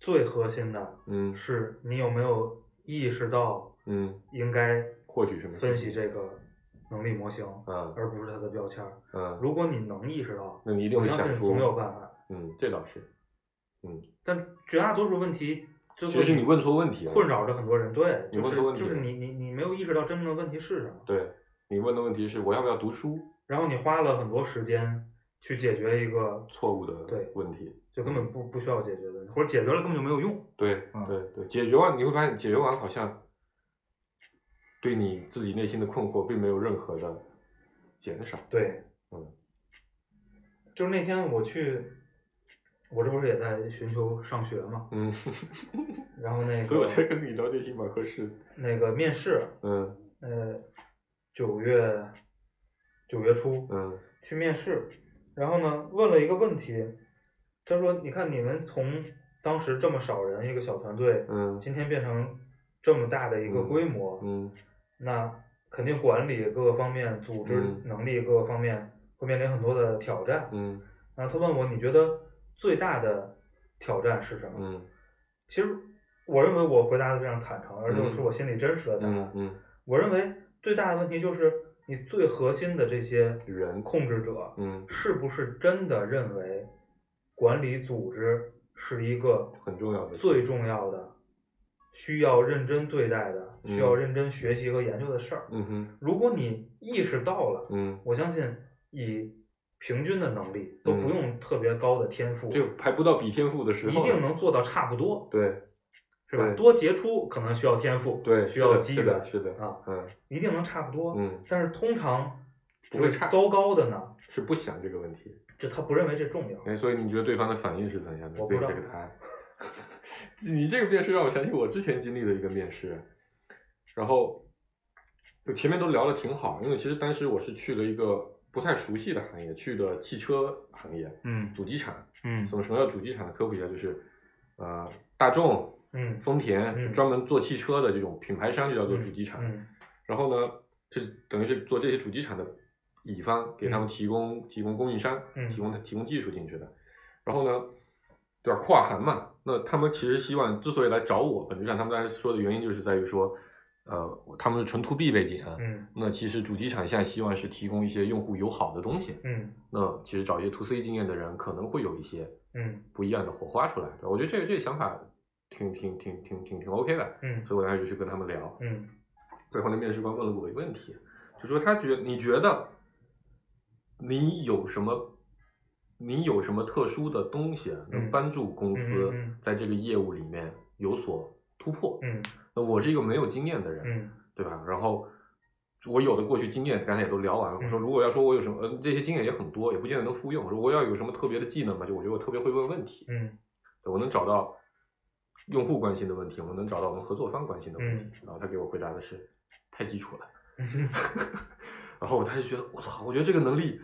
最核心的
嗯
是你有没有意识到
嗯，
应该
获取什么信
分
息
析这个能力模型，
啊
而不是它的标签儿。
啊，
如果你能意识到，
那你一定
我
会
相
想
信
出
总，有办法。
嗯，这倒是，
但绝大多数问题就
其实你问错问题了，
困扰着很多人，对，
你
就
问
是
错问题
就是
了
你你你没有意识到真正的问题是什么，
对，你问的问题是我要不要读书？
然后你花了很多时间去解决一个
错误的
对
问题。
就根本不不需要解决的，或者解决了根本就没有用。
对
嗯
对对，解决完你会发现，解决完好像对你自己内心的困惑并没有任何的减少。
对，
嗯，
就是那天我去，我这不是也在寻求上学嘛，
嗯，
然后那
所以我觉得
个
跟你聊这些蛮合适的。
那个面试，
嗯
呃，九月九月初
嗯
去面试，然后呢问了一个问题，他说：“你看你们从当时这么少人一个小团队，
嗯
今天变成这么大的一个
嗯
规模，
嗯
那肯定管理各个方面、组织
嗯
能力各个方面会面临很多的挑战。
嗯
然后他问我，你觉得最大的挑战是什么？
嗯
其实我认为我回答的非常坦诚，而且
嗯
是我心里真实的答案。
嗯嗯，
我认为最大的问题就是你最核心的这些
人
控制者，
嗯
是不是真的认为管理组织是一个
很重要的
最重要的、需要认真对待的、
嗯
需要认真学习和研究的事儿？
嗯哼
如果你意识到了，
嗯，
我相信以平均的能力，都
嗯
不用特别高的天赋，
就还不到比天赋的时
一
候呢，
定能做到差不多，
对
是吧
对？
多杰出可能需要天赋，
对
需要机
是的
缘，
是的是的
啊，
嗯
一定能差不多。
嗯
但是通常
不会
就是
差
糟糕的呢，
是不想这个问题。
就他不认为这重要。
哎，所以你觉得对方的反应是怎样的？
我
对
不知道
这个答案， 你这个面试让我想起我之前经历的一个面试，然后就前面都聊的挺好，因为其实当时我是去了一个不太熟悉的行业，去的汽车行业，
嗯
主机厂。
嗯
什么什么叫主机厂？科普一下，就是呃，大众、
嗯
丰田、
嗯
专门做汽车的这种品牌商就叫做主机厂。
嗯
然后呢，就是等于是做这些主机厂的乙方，给他
嗯
们提供、提供供应商，
嗯
提供提供技术进去的。然后呢，对吧？跨行嘛，那他们其实希望之所以来找我，本质上他们当时说的原因就是在于说，呃，他们是纯 to B 背景啊。
嗯
那其实主机厂现在希望是提供一些用户友好的东西，
嗯
那其实找一些 to C 经验的人可能会有一些
嗯
不一样的火花出来。对吧我觉得这这个想法挺挺挺挺挺挺 OK 的，
嗯
所以我当时就去跟他们聊。
嗯
对方的面试官问了我一个问题，就说他觉你觉得你有什么，你有什么特殊的东西能
嗯
帮助公司
嗯嗯嗯
在这个业务里面有所突破？
嗯
那我是一个没有经验的人，
嗯
对吧？然后我有的过去经验，刚才也都聊完了。我说
嗯
如果要说我有什么，呃，这些经验也很多，也不见得能复用。我说我要有什么特别的技能嘛，就我觉得我特别会问问题，
嗯
对我能找到用户关心的问题，我能找到我们合作方关心的问题。然后他给我回答的是太基础了。
嗯，
然后我当时觉得，我操，我觉得这个能力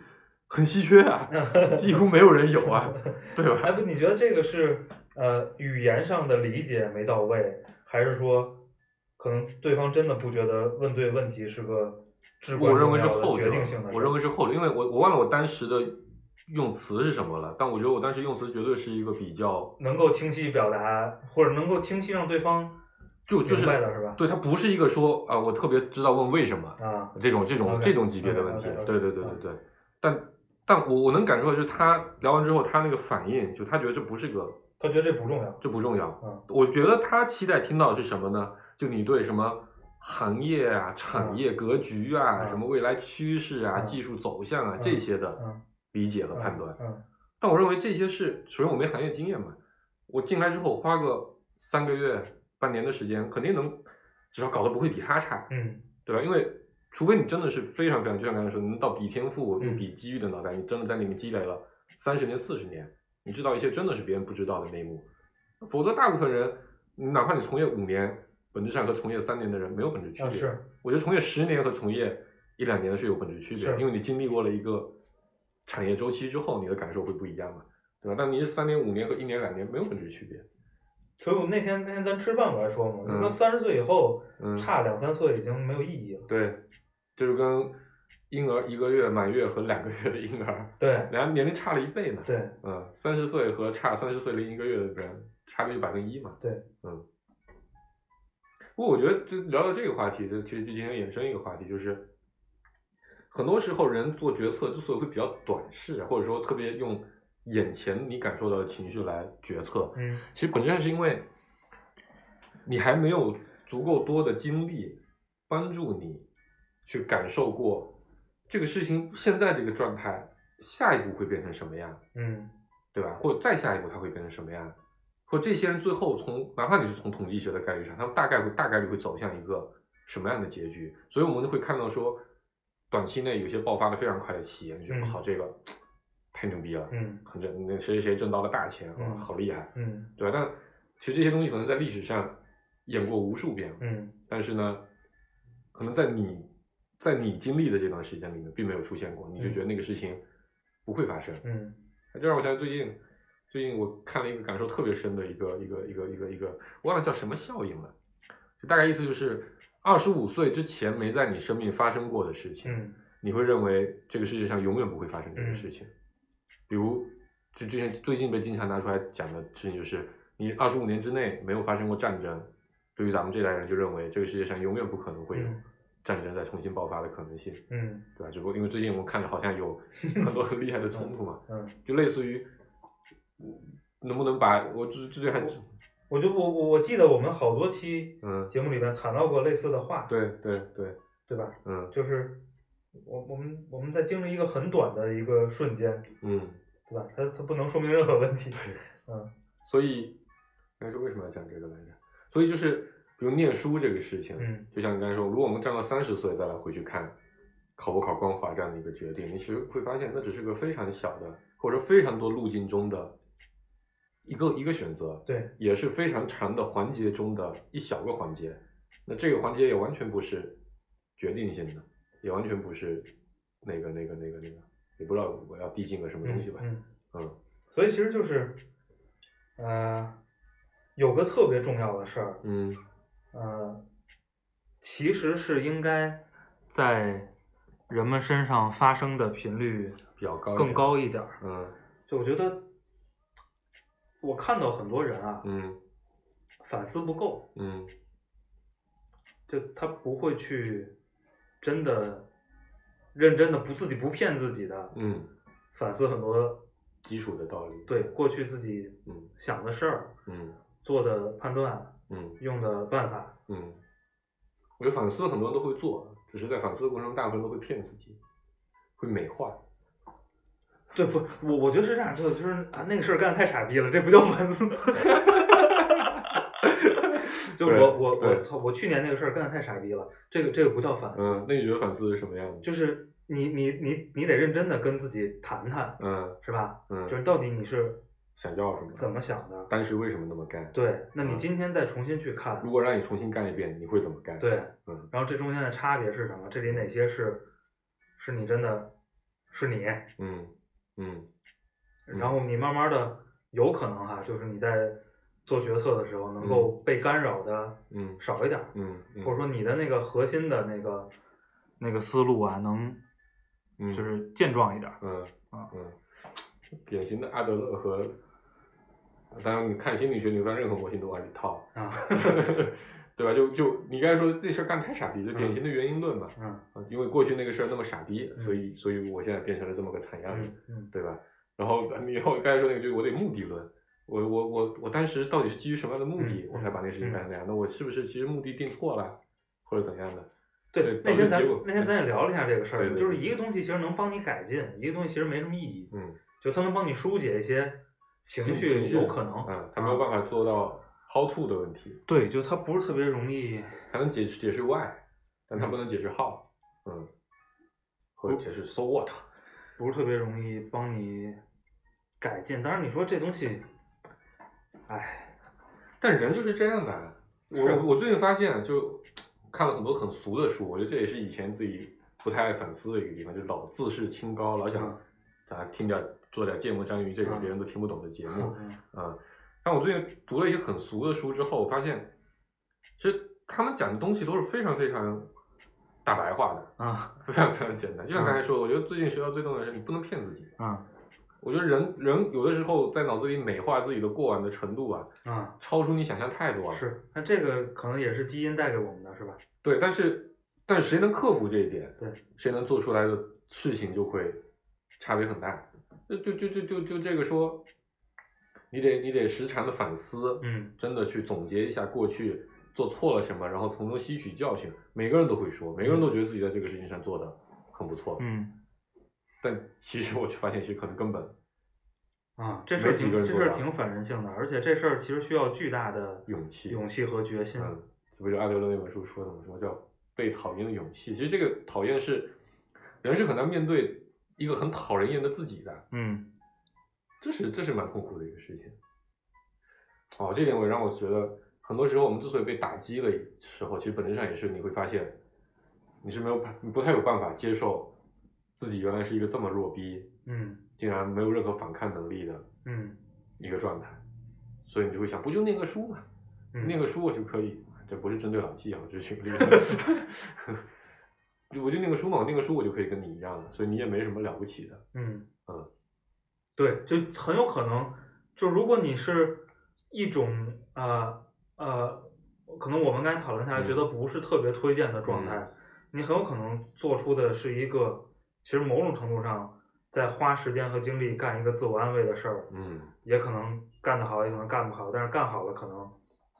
很稀缺啊，几乎没有人有 啊，对
哎
吧？
不，你觉得这个是呃语言上的理解没到位，还是说可能对方真的不觉得问对问题是个至关
我认
重
为是
要的
后
决
者
定性的事，儿？
我认为是后者，因为我我忘了我当时的用词是什么了，但我觉得我当时用词绝对是一个比较，
能够清晰表达，或者能够清晰让对方
就就是
明白的是吧
对，它不是一个说啊、我特别知道问为什么
啊，
这种这种
OK，
这种级别的问题
OK，OK，OK，
对对对
嗯
对对，但但我我能感受到，就是他聊完之后，他那个反应，就他觉得这不是个
他觉得这不重要。
这不重要。
嗯
我觉得他期待听到的是什么呢？就你对什么行业啊、产业格局啊、
嗯
什么未来趋势啊、
嗯
技术走向啊、
嗯
这些的
嗯
理解和判断。
嗯
但我认为这些是，首先我没行业经验嘛，我进来之后花个三个月、半年的时间，肯定能至少搞得不会比他差，
嗯
对吧？因为除非你真的是非常非常，就像刚才说，能到比天赋、又
嗯
比机遇的脑袋，你真的在里面积累了三十年、四十年，你知道一些真的是别人不知道的内幕。否则，大部分人，你哪怕你从业五年，本质上和从业三年的人没有本质区
啊
别。
是
我觉得从业十年和从业一两年是有本质区别的，
是
因为你经历过了一个产业周期之后，你的感受会不一样嘛，对吧？但你是三年、五年和一年、两年没有本质区别。
所以我那天那天咱吃饭我还说嘛，
嗯
你说三十岁以后、
嗯，
差两三岁已经没有意义了。
对，就是跟婴儿一个月满月和两个月的婴儿。
对
俩年龄差了一倍呢。，
对，
嗯，三十岁和差三十岁零一个月的人，差个一百分一嘛。
对，
嗯。不过我觉得，就聊到这个话题，就其实就今天衍生一个话题，就是很多时候人做决策之所以会比较短视，啊或者说特别用眼前你感受到的情绪来决策，
嗯
其实本质上是因为你还没有足够多的精力帮助你去感受过这个事情现在这个状态下一步会变成什么样，
嗯
对吧？或者再下一步它会变成什么样？或者这些人最后从哪怕你是从统计学的概率上，他们大概会大概率会走向一个什么样的结局？所以我们会看到说，短期内有些爆发的非常快的企业，你觉得
嗯
好这个太牛逼了，
嗯
很挣那谁谁谁挣到了大钱，哇
嗯
好厉害，
嗯
对吧？但其实这些东西可能在历史上演过无数遍了，
嗯
但是呢，可能在你在你经历的这段时间里面，并没有出现过，你就
嗯
觉得那个事情不会发生。
嗯
就让我想起最近最近我看了一个感受特别深的一个一个一个一个一个，我忘了叫什么效应了，就大概意思就是二十五岁之前没在你生命发生过的事情，
嗯
你会认为这个世界上永远不会发生这个
嗯
事情。比如，就之前最近被经常拿出来讲的事情就是，你二十五年之内没有发生过战争，对于咱们这代人就认为这个世界上永远不可能会有
嗯
战争再重新爆发的可能性，
嗯
对吧？只不过因为最近我们看着好像有很多很厉害的冲突嘛，
嗯，
就类似于，嗯能不能把我最最近还，
我就我我我记得我们好多期
嗯，
节目里边谈到过类似的话，
对对对，
对吧？
嗯
就是我我们我们在经历一个很短的一个瞬间，
嗯，
对吧？它它不能说明任何问题。
所以，该说为什么要讲这个来着？所以就是，比如念书这个事情，
嗯
就像你刚才说，如果我们站到三十岁再来回去看考不考光华这样的一个决定，你其实会发现那只是个非常小的，或者说非常多路径中的一个一个选择，
对，
也是非常长的环节中的一小个环节。那这个环节也完全不是决定性的，也完全不是那个那个那个那个，也不知道我要递进个什么东西吧。
嗯，嗯
嗯
所以其实就是，呃，有个特别重要的事儿，
嗯
呃，
其实是应该在人们身上发生的频率
比较高一
更
点
高一点儿。
嗯
就我觉得，我看到很多人啊，
嗯
反思不够，
嗯
就他不会去真的认真的不自己不骗自己的
嗯，
反思很多
基础的道理。
对过去自己
嗯
想的事儿、
嗯
做的判断、
嗯
用的办法，
嗯，我觉得反思很多人都会做，啊只是在反思的过程中，大部分人都会骗自己，会美化。
对不？我我觉得是这样，就就是啊，那个事儿干得太傻逼了，这不叫反思。 就
对
我我我
对
操！我去年那个事儿干得太傻逼了，这个这个不叫反思，
嗯，那你觉得反思是什么样的？
就是你你你你得认真的跟自己谈谈，
嗯
是吧？
嗯，
就是到底你是
想要什么？
怎么想的？
当时为什么那么干？
对，那你
嗯
今天再重新去看
如，果让你重新干一遍，你会怎么干？，
对，
嗯
然后这中间的差别是什么？这里哪些是是你真的是你？
嗯嗯嗯
然后你慢慢的有可能哈、就是你在做决策的时候能够被干扰的
嗯
少一点儿，
嗯，嗯
或者说你的那个核心的那个
那个思路啊，能
嗯
就是健壮一点儿。
嗯
啊
嗯，典型的阿德勒和，当然你看心理学，你会发现任何模型都往里套。
啊，
对吧？就就你刚才说那事儿干太傻逼，就典型的原因论嘛。
嗯
啊因为过去那个事儿那么傻逼，
嗯
所以所以我现在变成了这么个惨样子，
嗯嗯
对吧？然后你后刚才说那个，就是我得目的论。我我我我当时到底是基于什么样的目的，
嗯
我才把那事情干成那样？那我是不是其实目的定错了，或者怎样的？
对，
对
那
导致
天咱
结果嗯
那天咱也聊了一下这个事
对
儿，
对
就是
对
一个东西其实能帮你改进，一个东西其实没什么意义，
嗯，
就它能帮你疏解一些情绪，有可能，啊
嗯，他没有办法做到 how to 的问题，
对，就它不是特别容易，
他能解释解释 why，但他不能解释 how，嗯，或者解释 so what，
不是特别容易帮你改进。当然你说这东西，哎，
但人就是这样的啊。我
是
我最近发现，啊就看了很多很俗的书，我觉得这也是以前自己不太爱反思的一个地方，就老自视清高，老想
嗯
咱听点做点芥末章鱼这种
嗯
别人都听不懂的节目啊、
嗯
嗯但我最近读了一些很俗的书之后，我发现，其实他们讲的东西都是非常非常大白话的，
啊
非常非常简单。就像刚
嗯
才说，的，我觉得最近学到最重要的是，你不能骗自己。
啊
我觉得人人有的时候在脑子里美化自己的过往的程度啊，
啊，
超出你想象啊太多了。
是，那这个可能也是基因带给我们的，是吧？
对，但是但是谁能克服这一点，
对，
谁能做出来的事情就会差别很大。就就就就就就这个说，你得你得时常的反思，
嗯
真的去总结一下过去做错了什么，然后从中吸取教训。每个人都会说，每个人都觉得自己在这个事情上做的很不错，
嗯
但其实我就发现，其实可能根本
啊，这事儿
没几
挺
个人
这
做
事儿
到
挺反人性的，而且这事儿其实需要巨大的
勇气
勇气和决心。
嗯，这不就阿德勒那本书说的吗？什么叫被讨厌的勇气？其实这个讨厌是人是很难面对一个很讨人厌的自己的，
嗯
这是这是蛮痛苦的一个事情。哦，这点我也让我觉得，很多时候我们之所以被打击的时候，其实本质上也是你会发现，你是没有办你不太有办法接受自己原来是一个这么弱逼，
嗯
竟然没有任何反抗能力的
嗯
一个状态，所以你就会想，不就念个书嘛，
嗯，
念个书我就可以，这不是针对老纪啊，我只是举个例子。就我就念个书嘛，我念个书我就可以跟你一样了，所以你也没什么了不起的。
嗯
嗯，
对，就很有可能，就如果你是一种呃呃，可能我们刚才讨论下来，
嗯
觉得不是特别推荐的状态，你很有可能做出的是一个，其实某种程度上在花时间和精力干一个自我安慰的事儿，
嗯，
也可能干得好，也可能干不好，但是干好了可能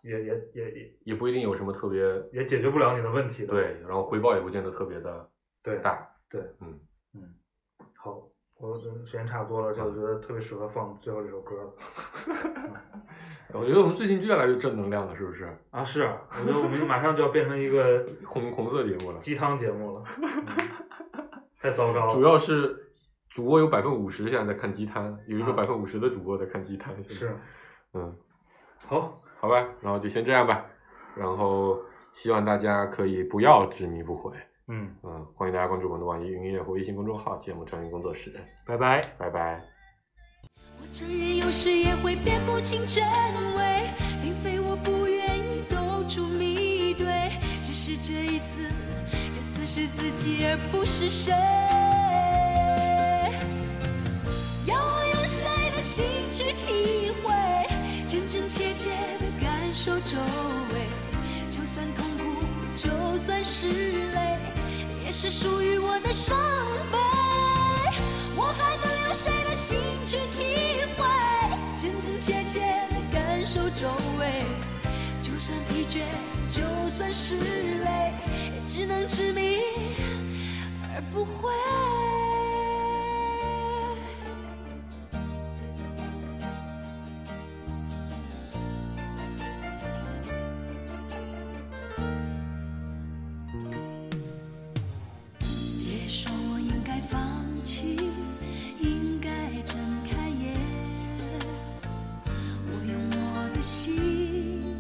也也也也
也不一定有什么特别
也解决不了你的问题的。
对，然后回报也不见得特别的
对，
大。
嗯好，我觉得时间差不多了，这我觉得特别适合放最后这首歌了。
我觉得我们最近越来越正能量了，是不是？
啊，是啊，我觉得我 们马上就要变成一个
红红色节目了，
鸡汤节目了，嗯、太糟 糕了。
主要是主播有百分五十现在在看鸡汤，有一个
啊
百分五十的主播在看鸡汤。现在
是，
嗯，
好，
好吧，然后就先这样吧，然后希望大家可以不要执迷不悔。
嗯，
嗯，欢迎大家关注我们的网易云音乐和微信公众号“节目成员工作室
拜拜。”，
拜拜。
我承认有时也会辨不清真伪，并非我不愿意走出迷堆，只是这一次，这次是自己而不是谁。要我用谁的心去体会，真真切切的感受周围，就算痛苦，就算是累，也是属于我的伤悲。我还能用谁的心去体会，真真切切的感受周围，就算疲倦，就算是累，也只能执迷而不悔。别说我应该放弃，应该睁开眼。我用我的心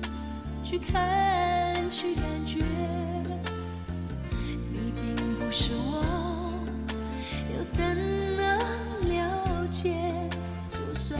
去看，去感觉。你并不是我，又怎能了解？就算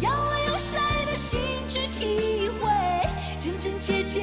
要我用谁的心去体会，真真切切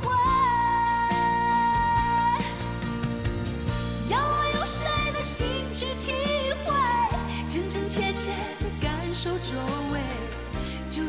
悔。要我用谁的心去体会，真真切切的感受周围，就